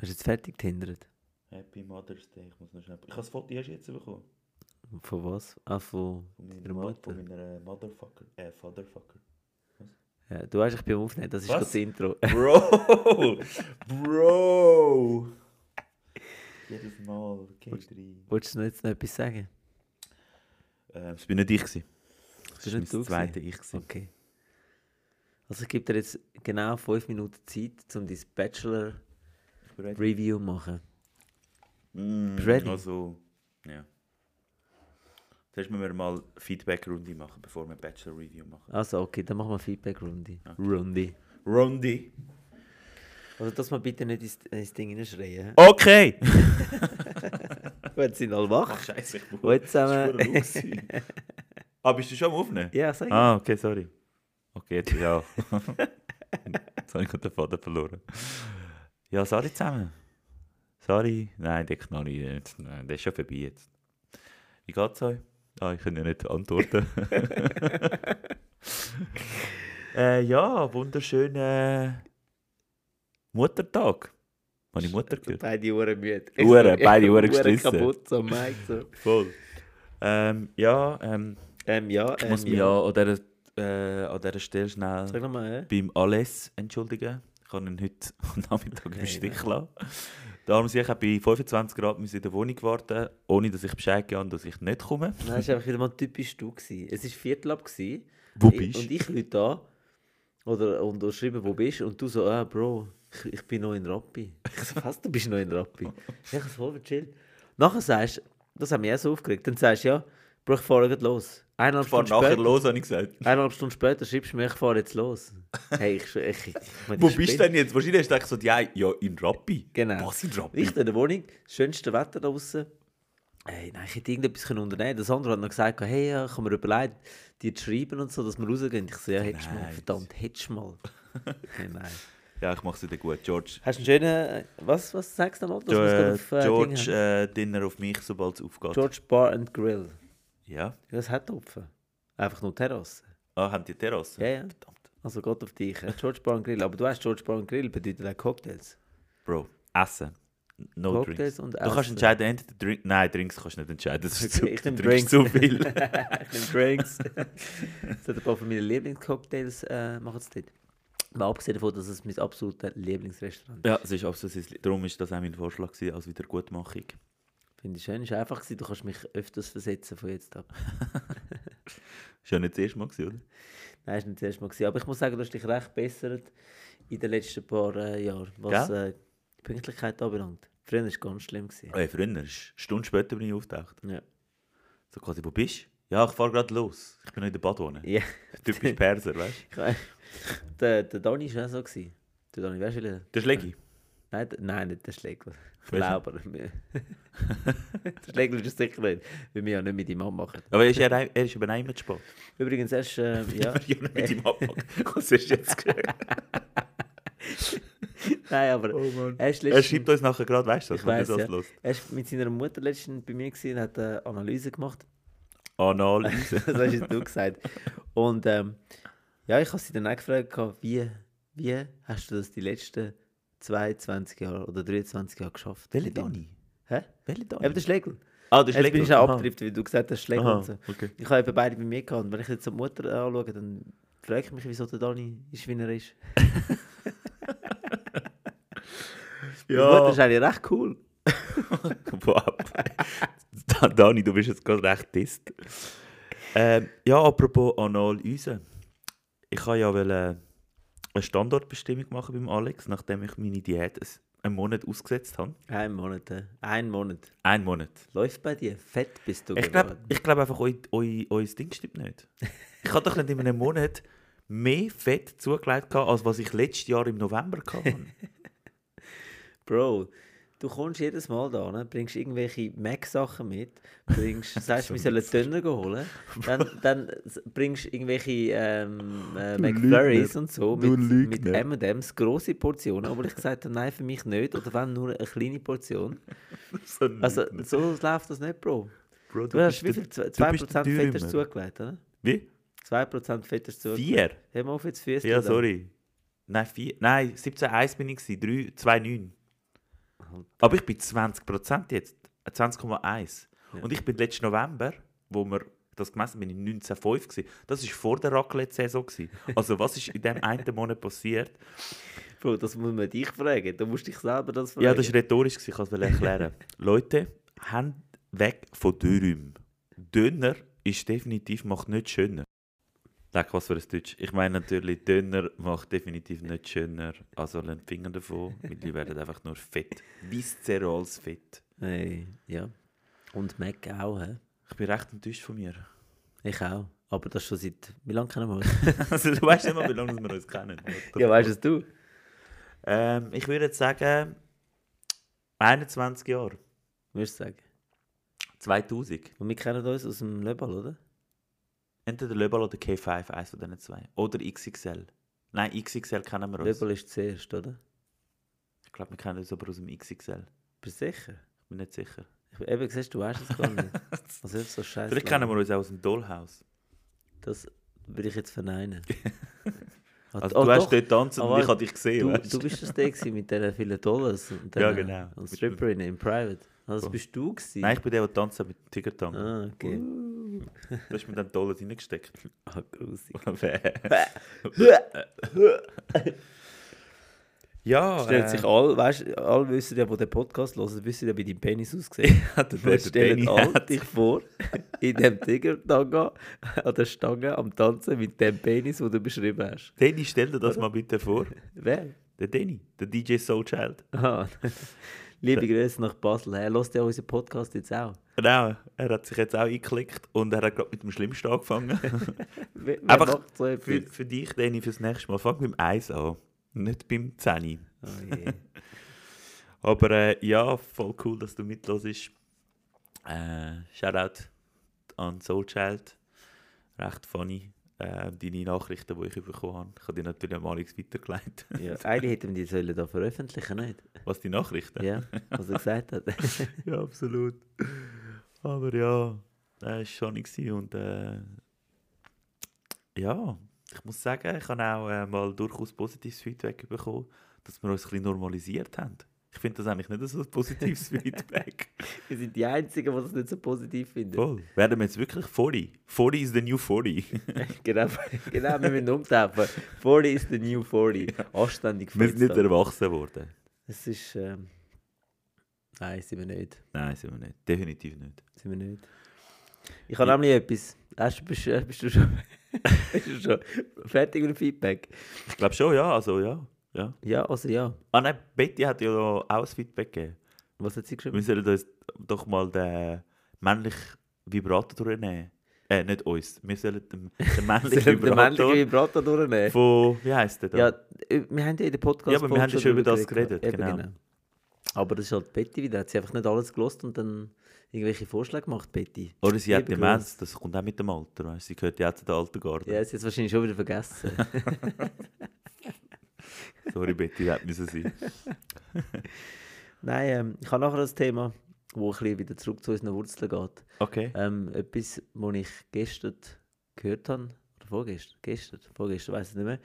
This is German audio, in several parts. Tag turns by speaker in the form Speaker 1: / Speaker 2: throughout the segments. Speaker 1: Hast du jetzt fertig gehindert?
Speaker 2: Happy Mother's Day. Ich muss noch schnell. Ich habe das Foto erst jetzt bekommen.
Speaker 1: Von was? Ah, von
Speaker 2: Von
Speaker 1: deiner
Speaker 2: meiner, Ma
Speaker 1: Mutter.
Speaker 2: von meiner Motherfucker. Äh, Fatherfucker.
Speaker 1: Ja, du weißt, ich bin am Aufnehmen, das ist
Speaker 2: Was?
Speaker 1: gerade das Intro.
Speaker 2: Bro! Bro! Jedes Mal. K3.
Speaker 1: Wolltest du noch jetzt noch etwas sagen?
Speaker 2: Ähm, es bin nicht ich. Gewesen. Es
Speaker 1: bist
Speaker 2: war mein
Speaker 1: nicht du
Speaker 2: zweites Ich. Gewesen.
Speaker 1: Okay. Also ich gebe dir jetzt genau 5 Minuten Zeit, um dein Bachelor-Review
Speaker 2: Ich bin ready.
Speaker 1: zu machen.
Speaker 2: Mm,
Speaker 1: Bist du ready?
Speaker 2: Also, ja. Zuerst müssen wir mal Feedback-Runde machen, bevor wir Bachelor-Review machen.
Speaker 1: Also okay, dann machen wir Feedback-Runde. Runde.
Speaker 2: Runde!
Speaker 1: Also dass wir bitte nicht ins, ins Ding hineinschreien.
Speaker 2: Okay!
Speaker 1: Gut, sind alle wach.
Speaker 2: Scheiße, ich muss.
Speaker 1: Gut
Speaker 2: Das
Speaker 1: zusammen.
Speaker 2: war laut gewesen. Ah, bist du schon am Aufnehmen?
Speaker 1: Ja, sag
Speaker 2: Ah, okay, sorry. Okay, jetzt ja. jetzt habe ich gerade den Faden verloren. Ja, sorry zusammen. Sorry. Nein, der Knall ich nicht. Nein, der ist schon vorbei jetzt. Wie geht's euch? Ah, ich kann ja nicht antworten. äh, ja, wunderschöner Muttertag. Habe ich Mutter gehört?
Speaker 1: Also, Beide Uhren müde.
Speaker 2: Hure, beide Hure gestresst.
Speaker 1: kaputt, so Mike. So.
Speaker 2: Äh, Voll. Ähm, ja, ähm,
Speaker 1: Ähm, ja,
Speaker 2: ich
Speaker 1: ähm,
Speaker 2: muss mich ja an dieser, äh, an dieser Stelle schnell...
Speaker 1: Sag nochmal, hä?
Speaker 2: beim Alles entschuldigen. Ich habe ihn heute am Nachmittag im
Speaker 1: Nein,
Speaker 2: Stich lassen. Darum musste ich auch bei 25 Grad müssen in der Wohnung warten, ohne dass ich Bescheid gegeben habe, dass ich nicht komme.
Speaker 1: Nein, das war einfach wieder mal typisch du. Gewesen. Es war Viertel ab. Gewesen.
Speaker 2: Wo
Speaker 1: Ich-
Speaker 2: bist
Speaker 1: Und ich Leute da oder, und, und schreiben, wo bist du? Und du so, ah, Bro, ich, ich bin noch in Rappi. Ich so, was, du bist noch in Rappi? Ja, ich so, voll chill. Nachher sagst du, das hat mich auch so aufgeregt, dann sagst du, ja, Bro, ich fahre gleich los. Eineinhalb
Speaker 2: Ich fahre
Speaker 1: Stunden,
Speaker 2: nachher
Speaker 1: später,
Speaker 2: los, habe ich gesagt.
Speaker 1: eineinhalb Stunden später schreibst du mir, ich fahre jetzt los. Hey, ich, schw- ich, ich, ich meine,
Speaker 2: Wo
Speaker 1: ich
Speaker 2: bist du
Speaker 1: spinne.
Speaker 2: denn jetzt? Wahrscheinlich hast du gedacht, so, ja, ja, in Rappi.
Speaker 1: Genau.
Speaker 2: Was in Rappi?
Speaker 1: Ich in der Wohnung, das schönste Wetter draußen. Hey, nein, ich hätte irgendetwas können unternehmen können. Der Sandro hat noch gesagt, hey, ja, ich habe mir überlegt, dir zu schreiben und so, dass wir rausgehen. Ich so, ja, hättest du mal,
Speaker 2: Nein.
Speaker 1: verdammt, hättest du mal. hey, nein.
Speaker 2: Ja, ich mache es wieder gut. George,
Speaker 1: Hast du einen schönen, äh, was, was sagst du nochmal? dass
Speaker 2: jo,
Speaker 1: wir es
Speaker 2: äh,
Speaker 1: gerade auf, äh, Ding
Speaker 2: George
Speaker 1: haben?
Speaker 2: äh, Dinner auf mich, sobald es aufgeht.
Speaker 1: George Bar and Grill.
Speaker 2: Ja.
Speaker 1: Ja, es hat Opfer. Einfach nur Terrasse.
Speaker 2: Ah, haben die Terrasse?
Speaker 1: Ja, ja.
Speaker 2: Verdammt.
Speaker 1: Also Gott auf dich. äh, George Bar and Grill. Aber du weißt, George Bar and Grill bedeutet auch Cocktails.
Speaker 2: Bro, Essen. No drinks.
Speaker 1: Cocktails und
Speaker 2: Du kannst entscheiden, entweder Drink... Nein, Drinks kannst du nicht entscheiden. Das ist
Speaker 1: Okay, ich
Speaker 2: zu,
Speaker 1: nehm
Speaker 2: du trinkst zu
Speaker 1: Drinks.
Speaker 2: viel.
Speaker 1: ich nehme Drinks. das hat ein paar von meinen Lieblingscocktails äh, machen sie dort. Mal abgesehen davon, dass es mein absolutes Lieblingsrestaurant ist.
Speaker 2: Ja, es ist absolut sein Lied. Darum war das auch mein Vorschlag gewesen, als Wiedergutmachung.
Speaker 1: Finde ich schön, ist einfach gewesen. Du kannst mich öfters versetzen von jetzt ab.
Speaker 2: Ist ja nicht das erste Mal, gewesen, oder?
Speaker 1: Nein, ist nicht das erste Mal gewesen. Aber ich muss sagen, du hast dich recht bessert in den letzten paar äh, Jahren, was äh, die Pünktlichkeit anbelangt. Früher war es ganz schlimm. Gewesen.
Speaker 2: Ey, früher, eine Stunde später bin ich aufgetaucht.
Speaker 1: Ja.
Speaker 2: So quasi, wo bist du? Ja, ich fahre gerade los. Ich bin noch in der Badwanne.
Speaker 1: ja.
Speaker 2: Typisch Perser, weißt du?
Speaker 1: Ich weiß. der, der Dani war auch so. Gewesen. Der Dani, weißt du, welcher?
Speaker 2: Der Schlägi.
Speaker 1: Nein, der- nein, nicht der Schlägler.
Speaker 2: Welcher?
Speaker 1: Glauber. der Schlägler ist es sicher nicht, weil wir ja nicht mit ihm abmachen.
Speaker 2: Aber er ist, ja rein- er ist eben einmal zu spät.
Speaker 1: Übrigens, erst, äh, ja.
Speaker 2: Ich habe nicht mit ihm abgemacht. Was hast du jetzt gehört?
Speaker 1: nein, aber er ist
Speaker 2: Er
Speaker 1: letztens,
Speaker 2: schreibt uns nachher gerade, weißt du,
Speaker 1: Oh, ich
Speaker 2: dass man
Speaker 1: weiß,
Speaker 2: das
Speaker 1: ja,
Speaker 2: alles los.
Speaker 1: er ist mit seiner Mutter letztens bei mir gewesen, und hat eine Analyse gemacht.
Speaker 2: Ah, Analyse.
Speaker 1: das hast jetzt du gesagt. Und ähm, ja, ich habe sie dann auch gefragt, gehabt, wie, wie hast du das die letzten 22 Jahre oder 23 Jahre geschafft?
Speaker 2: Welche
Speaker 1: Mit ihm?
Speaker 2: Dani?
Speaker 1: Hä?
Speaker 2: Welche
Speaker 1: Eben der
Speaker 2: Dani?
Speaker 1: Schlägler.
Speaker 2: Ah, der
Speaker 1: Jetzt bin ich
Speaker 2: Schlägler.
Speaker 1: auch
Speaker 2: Aha.
Speaker 1: abgedriftet, weil du gesagt hast, Schlägler und so.
Speaker 2: Aha, okay.
Speaker 1: Ich habe eben beide bei mir gehabt. Und wenn ich jetzt die Mutter äh, anschaue, dann frage ich mich, wieso der Dani ist, wie er ist. Die Mutter ist eigentlich recht cool.
Speaker 2: Wow. Da- Dani, du bist jetzt gerade recht dist. Ähm, ja, apropos Analyse. Ich habe ja wollen eine Standortbestimmung machen beim Alex, nachdem ich meine Diät es- einen Monat ausgesetzt habe.
Speaker 1: Ein Monat, äh. ein Monat.
Speaker 2: Einen Monat.
Speaker 1: Läuft bei dir, fett bist du
Speaker 2: Ich glaube
Speaker 1: geworden.
Speaker 2: ich glaub einfach, euer eu, eu Ding stimmt nicht. Ich habe doch nicht in einem Monat mehr Fett zugelegt, gehabt, als was ich letztes Jahr im November hatte.
Speaker 1: Bro, du kommst jedes Mal da, ne? bringst irgendwelche Mac-Sachen mit, bringst, sagst, wir sollen Döner holen, dann, dann bringst irgendwelche ähm, äh, McFlurries
Speaker 2: Lügner.
Speaker 1: und so
Speaker 2: Du
Speaker 1: mit, mit
Speaker 2: Lügner.
Speaker 1: M&M's, grosse Portionen, obwohl ich gesagt habe, nein, für mich nicht, oder wenn, nur eine kleine Portion.
Speaker 2: So ein
Speaker 1: Also,
Speaker 2: Lügner.
Speaker 1: so läuft das nicht, Bro.
Speaker 2: Bro,
Speaker 1: Du hast wie
Speaker 2: bist
Speaker 1: viel?
Speaker 2: der-
Speaker 1: Zwe-
Speaker 2: du bist
Speaker 1: 2%
Speaker 2: der
Speaker 1: Fett hast du
Speaker 2: Dürümer.
Speaker 1: zugelegt, oder?
Speaker 2: Wie?
Speaker 1: 2% Fett hast du zugelegt.
Speaker 2: Vier?
Speaker 1: Hör mal auf jetzt Füße.
Speaker 2: Ja, sorry. Nein, vier, nein 17,1 bin ich, 3, 2,9.
Speaker 1: halt.
Speaker 2: Aber ich bin 20% jetzt. äh, 20,1.
Speaker 1: Ja.
Speaker 2: Und ich bin letzten November, wo wir das gemessen haben, bin ich 19,5 gewesen. Das war vor der Raclette-Saison. gewesen. Also was ist in diesem einen Monat passiert?
Speaker 1: Bro, das muss man dich fragen. Du musst dich selber das fragen.
Speaker 2: Ja, das war rhetorisch, gewesen, ich kann es erklären. Leute, Hand weg von Dürüm. Dünner ist definitiv, macht nicht schöner. Leck, was für ein Deutsch. Ich meine natürlich, dünner macht definitiv nicht schöner. Also lasst die Finger davon. Wir werden einfach nur fett. Viszerales Fett.
Speaker 1: Hey, ja. Und Mac auch, hä?
Speaker 2: Ich bin recht enttäuscht von mir.
Speaker 1: Ich auch. Aber das schon seit... Wie lange kennen wir uns?
Speaker 2: Also du weißt nicht mal, wie lange wir uns kennen.
Speaker 1: ja, weißt es du?
Speaker 2: Ähm, ich würde jetzt sagen, 21 Jahre.
Speaker 1: Würdest du sagen.
Speaker 2: 2000.
Speaker 1: Und wir kennen uns aus dem Lebal, oder?
Speaker 2: Entweder Löbel oder K5, eins von diesen zwei. Oder XXL. Nein, XXL kennen wir uns.
Speaker 1: Lebal ist zuerst, oder?
Speaker 2: Ich glaube, wir kennen uns aber aus dem XXL.
Speaker 1: Bist du sicher?
Speaker 2: Ich bin nicht sicher.
Speaker 1: Ich, eben, siehst du, du weißt es gar nicht. Was ist so scheiße?
Speaker 2: Vielleicht kennen wir uns auch aus dem Dollhouse.
Speaker 1: Das würde ich jetzt verneinen. Ah,
Speaker 2: Also,
Speaker 1: ah,
Speaker 2: du hast
Speaker 1: doch.
Speaker 2: dort tanzt
Speaker 1: Aber
Speaker 2: und ich habe dich gesehen.
Speaker 1: Du,
Speaker 2: weißt
Speaker 1: du bist das der gewesen mit diesen vielen Dollars und
Speaker 2: Ja,
Speaker 1: diesen-
Speaker 2: genau.
Speaker 1: und Stripperin im Private. Ah, Das
Speaker 2: So.
Speaker 1: bist du gewesen.
Speaker 2: Nein, ich bin der, der tanzt mit dem Tigertang.
Speaker 1: Ah, okay.
Speaker 2: Du hast mir den Dollar reingesteckt.
Speaker 1: Ah, grusig.
Speaker 2: ja, äh,
Speaker 1: Stellt sich all, weißt, all wissen ja, die den Podcast hören, wissen ja, wie dein Penis aussieht. Wir stellen all dich vor, in dem Tiger-Tanga, an der Stange, am Tanzen mit dem Penis, den du beschrieben hast.
Speaker 2: Danny, stell dir das mal bitte vor.
Speaker 1: Wer?
Speaker 2: Der Danny, der DJ Soul Child.
Speaker 1: Aha. Liebe Grüße nach Basel. Hey, hörst du ja unseren Podcast jetzt auch?
Speaker 2: Genau, er hat sich jetzt auch eingeklickt und er hat gerade mit dem Schlimmsten angefangen.
Speaker 1: Wer, wer
Speaker 2: Einfach
Speaker 1: macht so
Speaker 2: für,
Speaker 1: etwas?
Speaker 2: für dich, Danny, fürs nächste Mal. Fang beim Eis an, nicht beim Zehni.
Speaker 1: Oh je.
Speaker 2: Aber äh, ja, voll cool, dass du mitlosest. Äh, Shoutout an Soul Child. Recht funny. Äh, deine Nachrichten, die ich bekommen habe. Ich habe dir natürlich am Alex weitergeleitet.
Speaker 1: Ja, eigentlich hätten wir die sollen da veröffentlichen, nicht?
Speaker 2: Was die Nachrichten?
Speaker 1: Ja, was er gesagt hat.
Speaker 2: Ja, absolut. Aber ja, das war schon gewesen und äh, ja, ich muss sagen, ich habe auch äh, mal durchaus positives Feedback bekommen, dass wir uns ein bisschen normalisiert haben. Ich finde das eigentlich nicht so ein positives Feedback.
Speaker 1: Wir sind die Einzigen, die das nicht so positiv finden.
Speaker 2: Voll. Werden wir jetzt wirklich 40? 40 is the new 40.
Speaker 1: Genau, genau, wir müssen umtaufen. 40 ist the new 40. Anständig
Speaker 2: wir sind nicht erwachsen worden.
Speaker 1: Es ist. Ähm, nein, sind wir nicht.
Speaker 2: Nein, sind wir nicht. Definitiv nicht.
Speaker 1: Sind wir nicht. Ich habe nämlich etwas. Hast, du- bist, äh, bist, du schon, bist du schon fertig mit dem Feedback?
Speaker 2: Ich glaube schon, ja. Also, ja. ja.
Speaker 1: Ja, also ja.
Speaker 2: Ah nein, Betty hat ja auch ein Feedback gegeben.
Speaker 1: Was hat sie geschrieben?
Speaker 2: Wir sollen uns doch mal den männlichen Vibrator durchnehmen. Äh, nicht uns. Wir sollen den, den
Speaker 1: Sie
Speaker 2: männlichen
Speaker 1: haben den männlichen
Speaker 2: Vibrator
Speaker 1: Vibrator durchnehmen.
Speaker 2: von... Wie heisst der da?
Speaker 1: Ja, äh, wir haben ja in der podcast
Speaker 2: Ja, aber wir haben ja schon über das geredet, genau.
Speaker 1: Aber das ist halt Betty wieder. Hat sie einfach nicht alles gelost und dann irgendwelche Vorschläge gemacht, Betty.
Speaker 2: Oder sie hat
Speaker 1: Liebe
Speaker 2: Demenz, das kommt auch mit dem Alter. Weißt? Sie gehört Dus ja auch zu der alten Garde.
Speaker 1: Ja, sie hat es wahrscheinlich schon wieder vergessen.
Speaker 2: Sorry Betty, das müssen sein.
Speaker 1: Nein, ähm, ich habe nachher ein Thema, wo ein bisschen wieder zurück zu unseren Wurzeln geht.
Speaker 2: Okay.
Speaker 1: Ähm, etwas, was ich gestern gehört habe, oder vorgestern, gestern, vorgestern, weiß ich nicht mehr.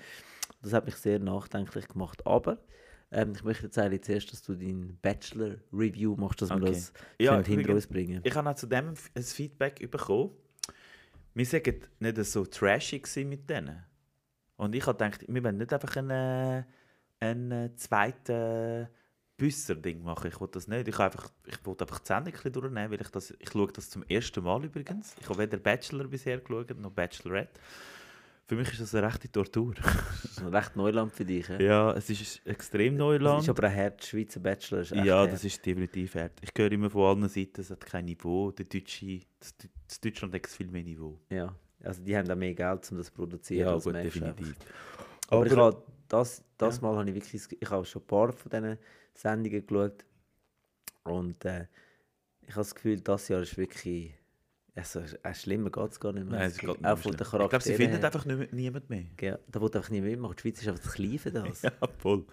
Speaker 1: Das hat mich sehr nachdenklich gemacht. Aber ähm, ich möchte jetzt eigentlich zuerst, dass du dein Bachelor-Review machst, dass wir
Speaker 2: Okay.
Speaker 1: das
Speaker 2: Ja,
Speaker 1: können hinter
Speaker 2: übrigens-
Speaker 1: uns bringen.
Speaker 2: Ich habe auch zu dem ein Feedback bekommen. Wir sagen nicht so trashig gewesen mit denen. Und ich habe gedacht, wir wollen nicht einfach einen, einen zweiten Büsser-Ding machen. Ich will das nicht. Ich, habe einfach, ich wollte einfach die Sendung ein bisschen durchnehmen, weil ich das, ich schaue das zum ersten Mal übrigens. Ich habe weder Bachelor bisher geschaut, noch Bachelorette. Für mich ist das eine rechte Tortur.
Speaker 1: Das ist recht Neuland für dich. hä?
Speaker 2: Ja, es ist extrem Neuland.
Speaker 1: Das ist aber ein Herz, Schweizer Bachelor. Ist echt
Speaker 2: Ja,
Speaker 1: hart.
Speaker 2: das ist definitiv hart. Ich höre immer von allen Seiten, es hat kein Niveau. Der Deutsche, das, Deu- das Deutschland hat viel mehr Niveau.
Speaker 1: ja. Also die haben auch mehr Geld, um das zu produzieren. als wir einfach. Aber,
Speaker 2: Aber,
Speaker 1: ich habe das, das Mal habe ich wirklich, das- ich habe schon ein paar von diesen Sendungen geschaut und äh, ich habe das Gefühl, das Jahr ist wirklich, also äh, schlimmer geht es gar nicht mehr.
Speaker 2: Nein, es geht nicht mehr
Speaker 1: Auch von
Speaker 2: schlimm.
Speaker 1: den
Speaker 2: Ich glaube, sie
Speaker 1: Charakteren
Speaker 2: finden
Speaker 1: her.
Speaker 2: einfach nicht mehr, niemand mehr.
Speaker 1: Ja, da wird einfach niemand mitmachen. Die Schweiz ist einfach zu klein für das.
Speaker 2: Ja, voll.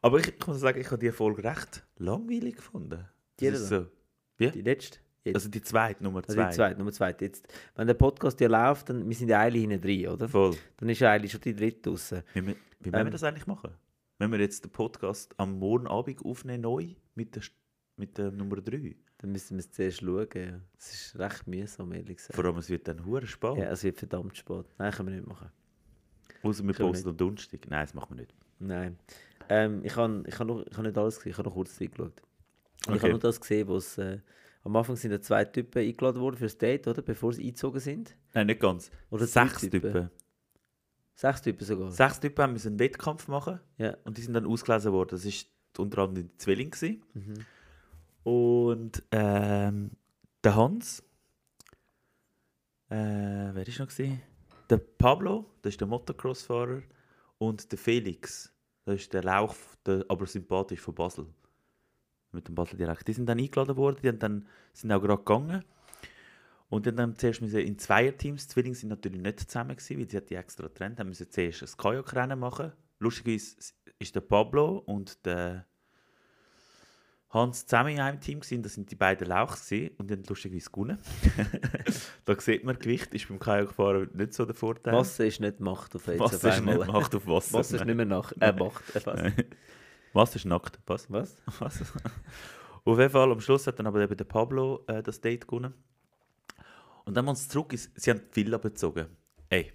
Speaker 2: Aber ich, ich muss sagen, ich habe die Folge recht langweilig gefunden.
Speaker 1: Die
Speaker 2: das ist
Speaker 1: da?
Speaker 2: so,
Speaker 1: Die letzte? Jetzt.
Speaker 2: also die zweite, Nummer
Speaker 1: also
Speaker 2: zwei.
Speaker 1: die zweite, Nummer zwei. Jetzt, wenn der Podcast hier läuft, dann wir sind ja eigentlich hinten drin, oder?
Speaker 2: Voll.
Speaker 1: Dann ist ja eigentlich schon die dritte draussen.
Speaker 2: Wie, wir- wie wollen wir
Speaker 1: ne? Ähm,
Speaker 2: das eigentlich machen? wenn wir jetzt den Podcast am Morgenabend aufnehmen, neu, mit der, St- mit der Nummer 3.
Speaker 1: Dann müssen wir es zuerst schauen. ja. Es ist recht mühsam, ehrlich gesagt.
Speaker 2: Vor allem, es wird dann hure spät.
Speaker 1: Ja, es wird verdammt spät. Nein, können wir nicht machen.
Speaker 2: Außer wir
Speaker 1: Können wir
Speaker 2: posten am Donnerstag. Nein, das machen wir nicht.
Speaker 1: Nein. Ähm, ich habe ich hab noch- ich hab nicht alles gesehen, ich habe noch kurz reingeschaut. Und Ich
Speaker 2: Okay.
Speaker 1: habe nur das gesehen, wo es... Äh, am Anfang sind ja zwei Typen eingeladen worden fürs Date, oder? Bevor sie eingezogen sind.
Speaker 2: Nein, nicht ganz.
Speaker 1: Oder
Speaker 2: Sechs
Speaker 1: drei
Speaker 2: Typen.
Speaker 1: Sechs Typen sogar.
Speaker 2: Sechs Typen haben müssen einen Wettkampf machen
Speaker 1: Ja.
Speaker 2: und die sind dann ausgelesen worden. Das ist unter anderem die Zwilling. gewesen.
Speaker 1: Mhm.
Speaker 2: Und ähm, der Hans, äh, wer war noch? Gewesen? Der Pablo, das ist der Motocross-Fahrer und der Felix, das ist der Lauch, der, aber sympathisch von Basel. Mit dem Basel direkt. Die sind dann eingeladen worden, die haben dann, sind auch gerade gegangen. Und die haben dann zuerst müssen in Zweierteams, die Zwillinge sind natürlich nicht zusammen gewesen, weil sie hat die extra getrennt, haben müssen zuerst ein Kajakrennen machen. Lustigerweise ist der Pablo und der Hans zusammen in einem Team gewesen, das sind die beiden Lauch gewesen und die haben lustigerweise gewonnen. da sieht man, Gewicht ist beim Kajakfahren nicht so der Vorteil.
Speaker 1: Masse ist nicht Macht auf jetzt
Speaker 2: Wasser
Speaker 1: auf
Speaker 2: ist nicht
Speaker 1: einmal.
Speaker 2: Macht auf Wasser.
Speaker 1: Masse ist nicht mehr nach, äh, Macht. Äh, was?
Speaker 2: Nein. Wasser ist nackt, was?
Speaker 1: was?
Speaker 2: was? Auf jeden Fall, am Schluss hat dann aber eben der Pablo äh, das Date gewonnen. Und dann haben wir uns zurück, ins- sie haben die Villa bezogen. Ey,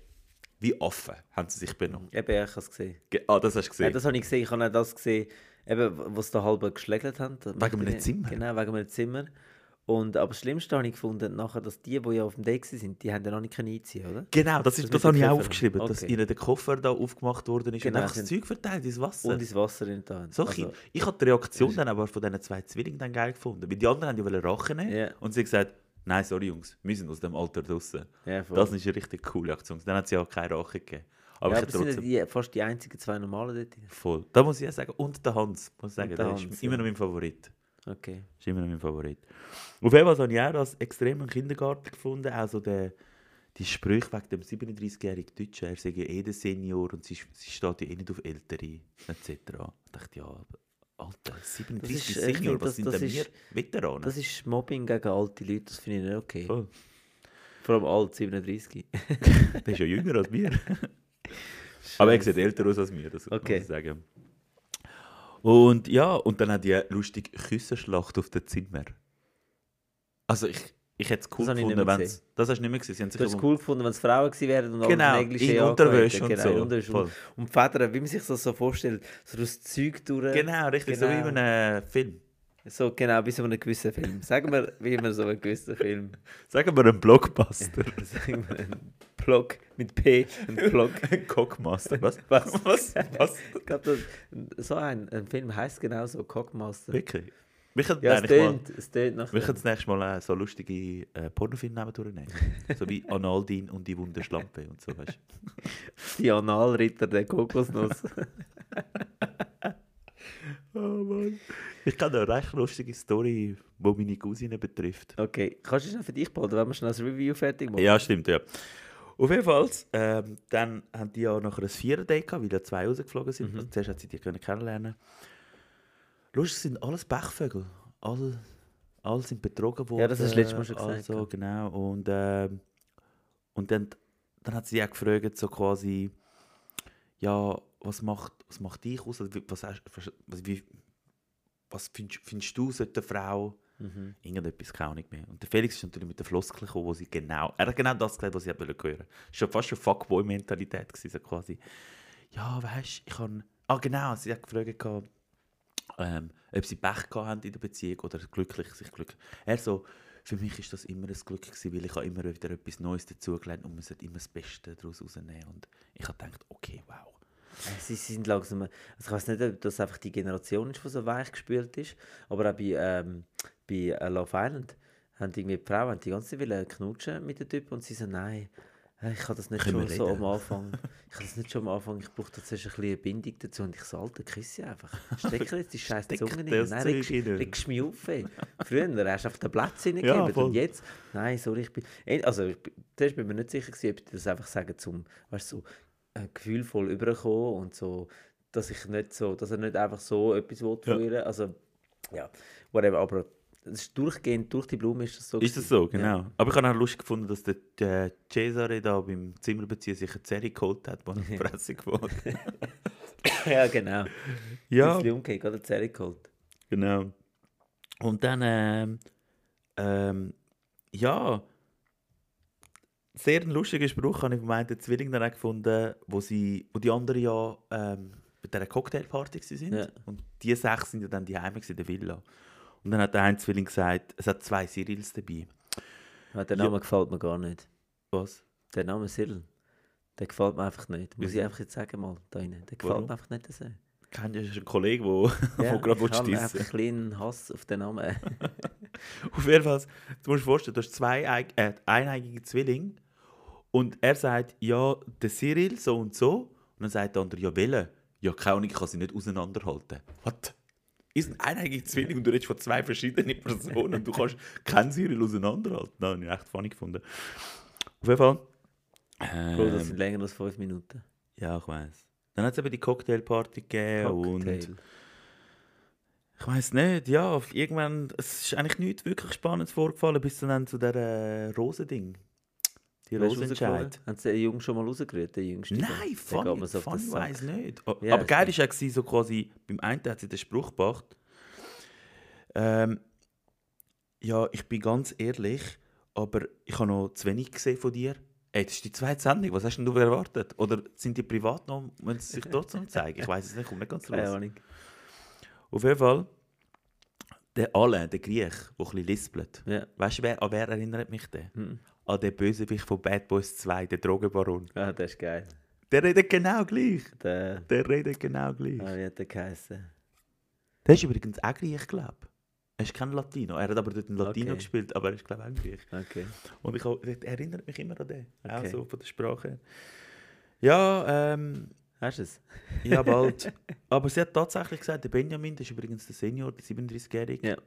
Speaker 2: wie Affen haben sie sich benommen.
Speaker 1: Eben, ja, ich habe es gesehen.
Speaker 2: Ge- Ah, das hast du
Speaker 1: Ja,
Speaker 2: gesehen.
Speaker 1: das habe ich gesehen. Ich habe auch das gesehen, eben, was da halb geschlägelt haben.
Speaker 2: Wegen einem Zimmer.
Speaker 1: Genau, wegen einem Zimmer. Und, aber das Schlimmste habe ich gefunden, nachher, dass die, die ja auf dem Deck waren, die haben ja noch nicht können einziehen oder?
Speaker 2: genau, das,
Speaker 1: das
Speaker 2: ist,
Speaker 1: mit
Speaker 2: das habe
Speaker 1: dem
Speaker 2: ich auch
Speaker 1: Koffer.
Speaker 2: aufgeschrieben, dass
Speaker 1: Okay.
Speaker 2: ihnen der Koffer da aufgemacht worden ist
Speaker 1: Genau,
Speaker 2: und einfach das
Speaker 1: sind-
Speaker 2: Zeug verteilt ins Wasser.
Speaker 1: Und ins Wasser in die Hand.
Speaker 2: so
Speaker 1: Also,
Speaker 2: klein. ich habe die Reaktion dann aber von diesen zwei Zwillingen dann geil gefunden. Weil die anderen haben ja wollen Rache nehmen
Speaker 1: Ja.
Speaker 2: und sie haben gesagt, nein, sorry Jungs, wir sind aus dem Alter draussen.
Speaker 1: ja, voll.
Speaker 2: Das ist eine richtig coole Aktion. Dann hat sie auch keine Rache gegeben. Aber
Speaker 1: ja,
Speaker 2: ich
Speaker 1: aber
Speaker 2: habe
Speaker 1: sind ja
Speaker 2: trotzdem
Speaker 1: die, fast die einzigen zwei normalen dort.
Speaker 2: voll. Da muss ich auch sagen. Und der Hans, muss ich sagen,
Speaker 1: der
Speaker 2: der,
Speaker 1: Hans,
Speaker 2: ist immer noch mein Favorit.
Speaker 1: Okay.
Speaker 2: Ist immer noch mein Favorit. Auf jeden Fall habe ich auch das extrem im Kindergarten gefunden. Also der, die Sprüche wegen dem 37-jährigen Deutschen, er sei ja eh der Senior und sie, sie steht ja eh nicht auf Ältere, etc. Ich dachte, ja, aber Alter, 37
Speaker 1: ist, äh, ich
Speaker 2: Senior,
Speaker 1: finde,
Speaker 2: was
Speaker 1: das-
Speaker 2: sind
Speaker 1: das
Speaker 2: denn
Speaker 1: ist-
Speaker 2: wir? Veteranen?
Speaker 1: Das ist Mobbing gegen alte Leute, das finde ich nicht okay.
Speaker 2: Voll.
Speaker 1: Vor allem alt, 37.
Speaker 2: Der ist ja jünger als wir. Aber er sieht älter aus als mir, das
Speaker 1: Okay.
Speaker 2: muss ich sagen. Und ja, und dann hat die lustige Küssenschlacht auf dem Zimmer. Also ich, ich hätte es cool
Speaker 1: habe ich nicht
Speaker 2: gefunden,
Speaker 1: mehr
Speaker 2: wenn es... Das hast du nicht mehr gesehen. Sie haben sich
Speaker 1: Du hast es
Speaker 2: um-
Speaker 1: cool gefunden, wenn es Frauen gewesen wären und alle
Speaker 2: Genau,
Speaker 1: mit Negligee
Speaker 2: in
Speaker 1: angehalten.
Speaker 2: Unterwäsche und
Speaker 1: genau,
Speaker 2: so.
Speaker 1: in Unterwäsche
Speaker 2: Voll.
Speaker 1: und, und Federn, wie man sich das so vorstellt, so das Zeug durch.
Speaker 2: Genau, richtig, so wie
Speaker 1: Genau.
Speaker 2: in einem Film.
Speaker 1: So genau, bis zu einem gewissen Film. Sagen wir, wie immer so einen gewissen Film.
Speaker 2: Sagen wir einen Blockbuster.
Speaker 1: Sagen wir einen Block mit P, einen Block.
Speaker 2: Ein Cockmaster. Was?
Speaker 1: Was?
Speaker 2: Was? Was?
Speaker 1: Ich glaube, das- so ein, ein Film heißt genau so, Cockmaster.
Speaker 2: Wirklich? Wir könnten
Speaker 1: Ja, es
Speaker 2: eigentlich mal...
Speaker 1: tönt, es tönt nach
Speaker 2: Wir können das nächste Mal äh, so lustige äh, Pornofilme durchnehmen. so wie Analdin und die Wunderschlampe und so, weißt du?
Speaker 1: die Analritter der Kokosnuss.
Speaker 2: Oh Mann. Ich kenne eine recht lustige Story, die meine Cousine betrifft.
Speaker 1: Okay, kannst du es noch für dich behalten, wenn wir schnell das Review fertig machen?
Speaker 2: Ja, stimmt, ja. Auf jeden Fall, ähm, dann haben die ja nachher ein Vierer-Date gehabt, weil ja zwei rausgeflogen
Speaker 1: Mhm.
Speaker 2: sind. Also zuerst hat sie die können kennenlernen. Lustig sind alles Pechvögel. Alle, alle sind betrogen worden.
Speaker 1: Ja, das hast du letztes Mal schon gesagt,
Speaker 2: Also, genau. Und, ähm, und dann, dann hat sie auch gefragt, so quasi, ja, was macht, was macht dich aus? Also, wie- Was, hast- was, was, wie, was findest, findest du, sollte eine Frau
Speaker 1: Mhm.
Speaker 2: irgendetwas keine Ahnung mehr. Und der Felix ist natürlich mit der Floskel gekommen, wo sie genau, er hat genau das gesagt, was ich hören wollte. Es war fast schon Fuckboy-Mentalität, gewesen, so quasi. Ja, weißt du, ich kann... Ah genau, sie hat gefragt, gehabt, ähm, ob sie Pech gehabt haben in der Beziehung oder glücklich, sich glücklich. Er so, für mich ist das immer ein Glück gewesen, weil ich habe immer wieder etwas Neues dazugelernt und man sollte immer das Beste daraus rausnehmen. Und ich habe gedacht, okay, wow.
Speaker 1: Sie sind langsam. Also ich weiß nicht, ob das einfach die Generation ist, die so weich gespült ist. Aber auch bei, ähm, bei äh, Love Island haben die irgendwie die Frauen haben die ganze Zeit wollen knutschen mit den Typen und sie sagen, nein, äh, ich kann das nicht
Speaker 2: Können
Speaker 1: schon
Speaker 2: wir
Speaker 1: so am
Speaker 2: reden?»
Speaker 1: Anfang. Ich kann das nicht schon am Anfang. Ich brauche da zuerst ein bisschen eine Bindung dazu. Und ich so, Alter, küsse einfach. Steck dir jetzt die scheiß
Speaker 2: Steck
Speaker 1: Zunge
Speaker 2: das
Speaker 1: nicht. Nein,
Speaker 2: Zeug
Speaker 1: regst,
Speaker 2: rein.
Speaker 1: regst mich auf. Ey. Früher hast du auf den Platz
Speaker 2: Ja,
Speaker 1: hineingegeben
Speaker 2: voll.
Speaker 1: und jetzt, nein, sorry, ich bin. Ey, Also, ich bin, zuerst bin ich mir nicht sicher, gewesen, ob ich das einfach sagen zum, weißt du, so, äh, gefühlvoll überkommen und so, dass ich nicht so, dass er nicht einfach so etwas will von ihr. Also, ja, whatever. Aber es ist durchgehend, durch die Blume ist das so.
Speaker 2: Ist das
Speaker 1: gewesen.
Speaker 2: so,
Speaker 1: Ja.
Speaker 2: genau. Aber ich habe auch lustig gefunden, dass der, der Cesare da beim Zimmerbeziehen sich eine Zerre geholt hat, die er in die Fresse gewohnt
Speaker 1: ja, genau.
Speaker 2: Ja,
Speaker 1: Ein bisschen umgekehrt, oder Zerri geholt.
Speaker 2: genau. Und dann, ähm, ähm, ja, sehr ein lustiger Spruch habe ich von meinen Zwilling dann auch gefunden, wo, sie, wo die anderen ja ähm, bei dieser Cocktailparty waren.
Speaker 1: Ja.
Speaker 2: Und die sechs sind ja dann die Heime in der Villa. Und dann hat der eine Zwilling gesagt, es hat zwei Cyrils dabei.
Speaker 1: Ja, der
Speaker 2: Ja.
Speaker 1: Name gefällt mir gar nicht.
Speaker 2: Was?
Speaker 1: Der Name Cyril, der gefällt mir einfach nicht. Muss ich
Speaker 2: Wieso?
Speaker 1: einfach jetzt sagen mal, da rein. Der gefällt
Speaker 2: Warum?
Speaker 1: mir einfach nicht. Das ja,
Speaker 2: Kennt ihr einen Kollegen, der ja, gerade
Speaker 1: ich
Speaker 2: dissen
Speaker 1: habe
Speaker 2: will?
Speaker 1: einfach einen kleinen Hass auf den Namen.
Speaker 2: Ähm. Auf jeden Fall, du musst dir vorstellen, du hast zwei eig- äh, eineigige Zwillinge und er sagt, ja, der Cyril so und so. Und dann sagt der andere, ja, welle. Ja, keine Ahnung, ich kann sie nicht auseinanderhalten. What? Ist ein eineigiger Zwilling und du redest von zwei verschiedenen Personen und du kannst keinen Cyril auseinanderhalten. Das habe ich echt funny gefunden. Auf jeden Fall.
Speaker 1: Bro, das
Speaker 2: Ähm,
Speaker 1: sind länger als fünf Minuten.
Speaker 2: ja, ich weiß. Dann hat es eben die Cocktailparty gegeben und...
Speaker 1: Cocktail.
Speaker 2: Ich weiß nicht, ja, auf- irgendwann, es ist eigentlich nichts wirklich Spannendes vorgefallen, bis dann zu der äh, Rosending. Die
Speaker 1: Weißt du, rausgeflogen?
Speaker 2: Rosenscheid.
Speaker 1: Haben sie den Jungen schon mal rausgerührt, den Jüngsten?
Speaker 2: Nein,
Speaker 1: Dann geht
Speaker 2: Fanny,
Speaker 1: man so auf den
Speaker 2: Fanny
Speaker 1: Sack.
Speaker 2: weiss nicht. Oh,
Speaker 1: Ja,
Speaker 2: aber geil
Speaker 1: stimmt.
Speaker 2: war auch so quasi, beim einen hat sie den Spruch gebracht, ähm, ja, ich bin ganz ehrlich, aber ich habe noch zu wenig gesehen von dir. Ey, das ist die zweite Sendung, was hast denn du erwartet? Oder sind die privat noch, wenn sie sich trotzdem zeigen? Ich weiß es nicht, kommt nicht ganz
Speaker 1: Keine
Speaker 2: raus.
Speaker 1: Ahnung.
Speaker 2: Auf jeden Fall, der Alain, der Griech, der ein bisschen lispelt.
Speaker 1: Ja.
Speaker 2: Weißt du, wer, an wer erinnert mich der?
Speaker 1: Mhm.
Speaker 2: An den Bösewicht von Bad Boys 2, den Drogenbaron.
Speaker 1: Ah, das ist geil.
Speaker 2: Der redet genau gleich.
Speaker 1: Der,
Speaker 2: Der redet genau gleich.
Speaker 1: ah, wie hat der geheißen?
Speaker 2: Der ist übrigens auch Griech, glaube ich. Er ist kein Latino. Er hat aber dort einen Latino
Speaker 1: Okay.
Speaker 2: gespielt, aber er ist, glaube ich, auch Griech.
Speaker 1: Okay.
Speaker 2: Und ich, hab- er erinnert mich immer an den. Auch
Speaker 1: Okay.
Speaker 2: so von der Sprache. her. Ja, ähm,
Speaker 1: Hast du es?
Speaker 2: ja, bald. aber sie hat tatsächlich gesagt, der Benjamin, das ist übrigens der Senior, der 37-Jährige,
Speaker 1: Ja.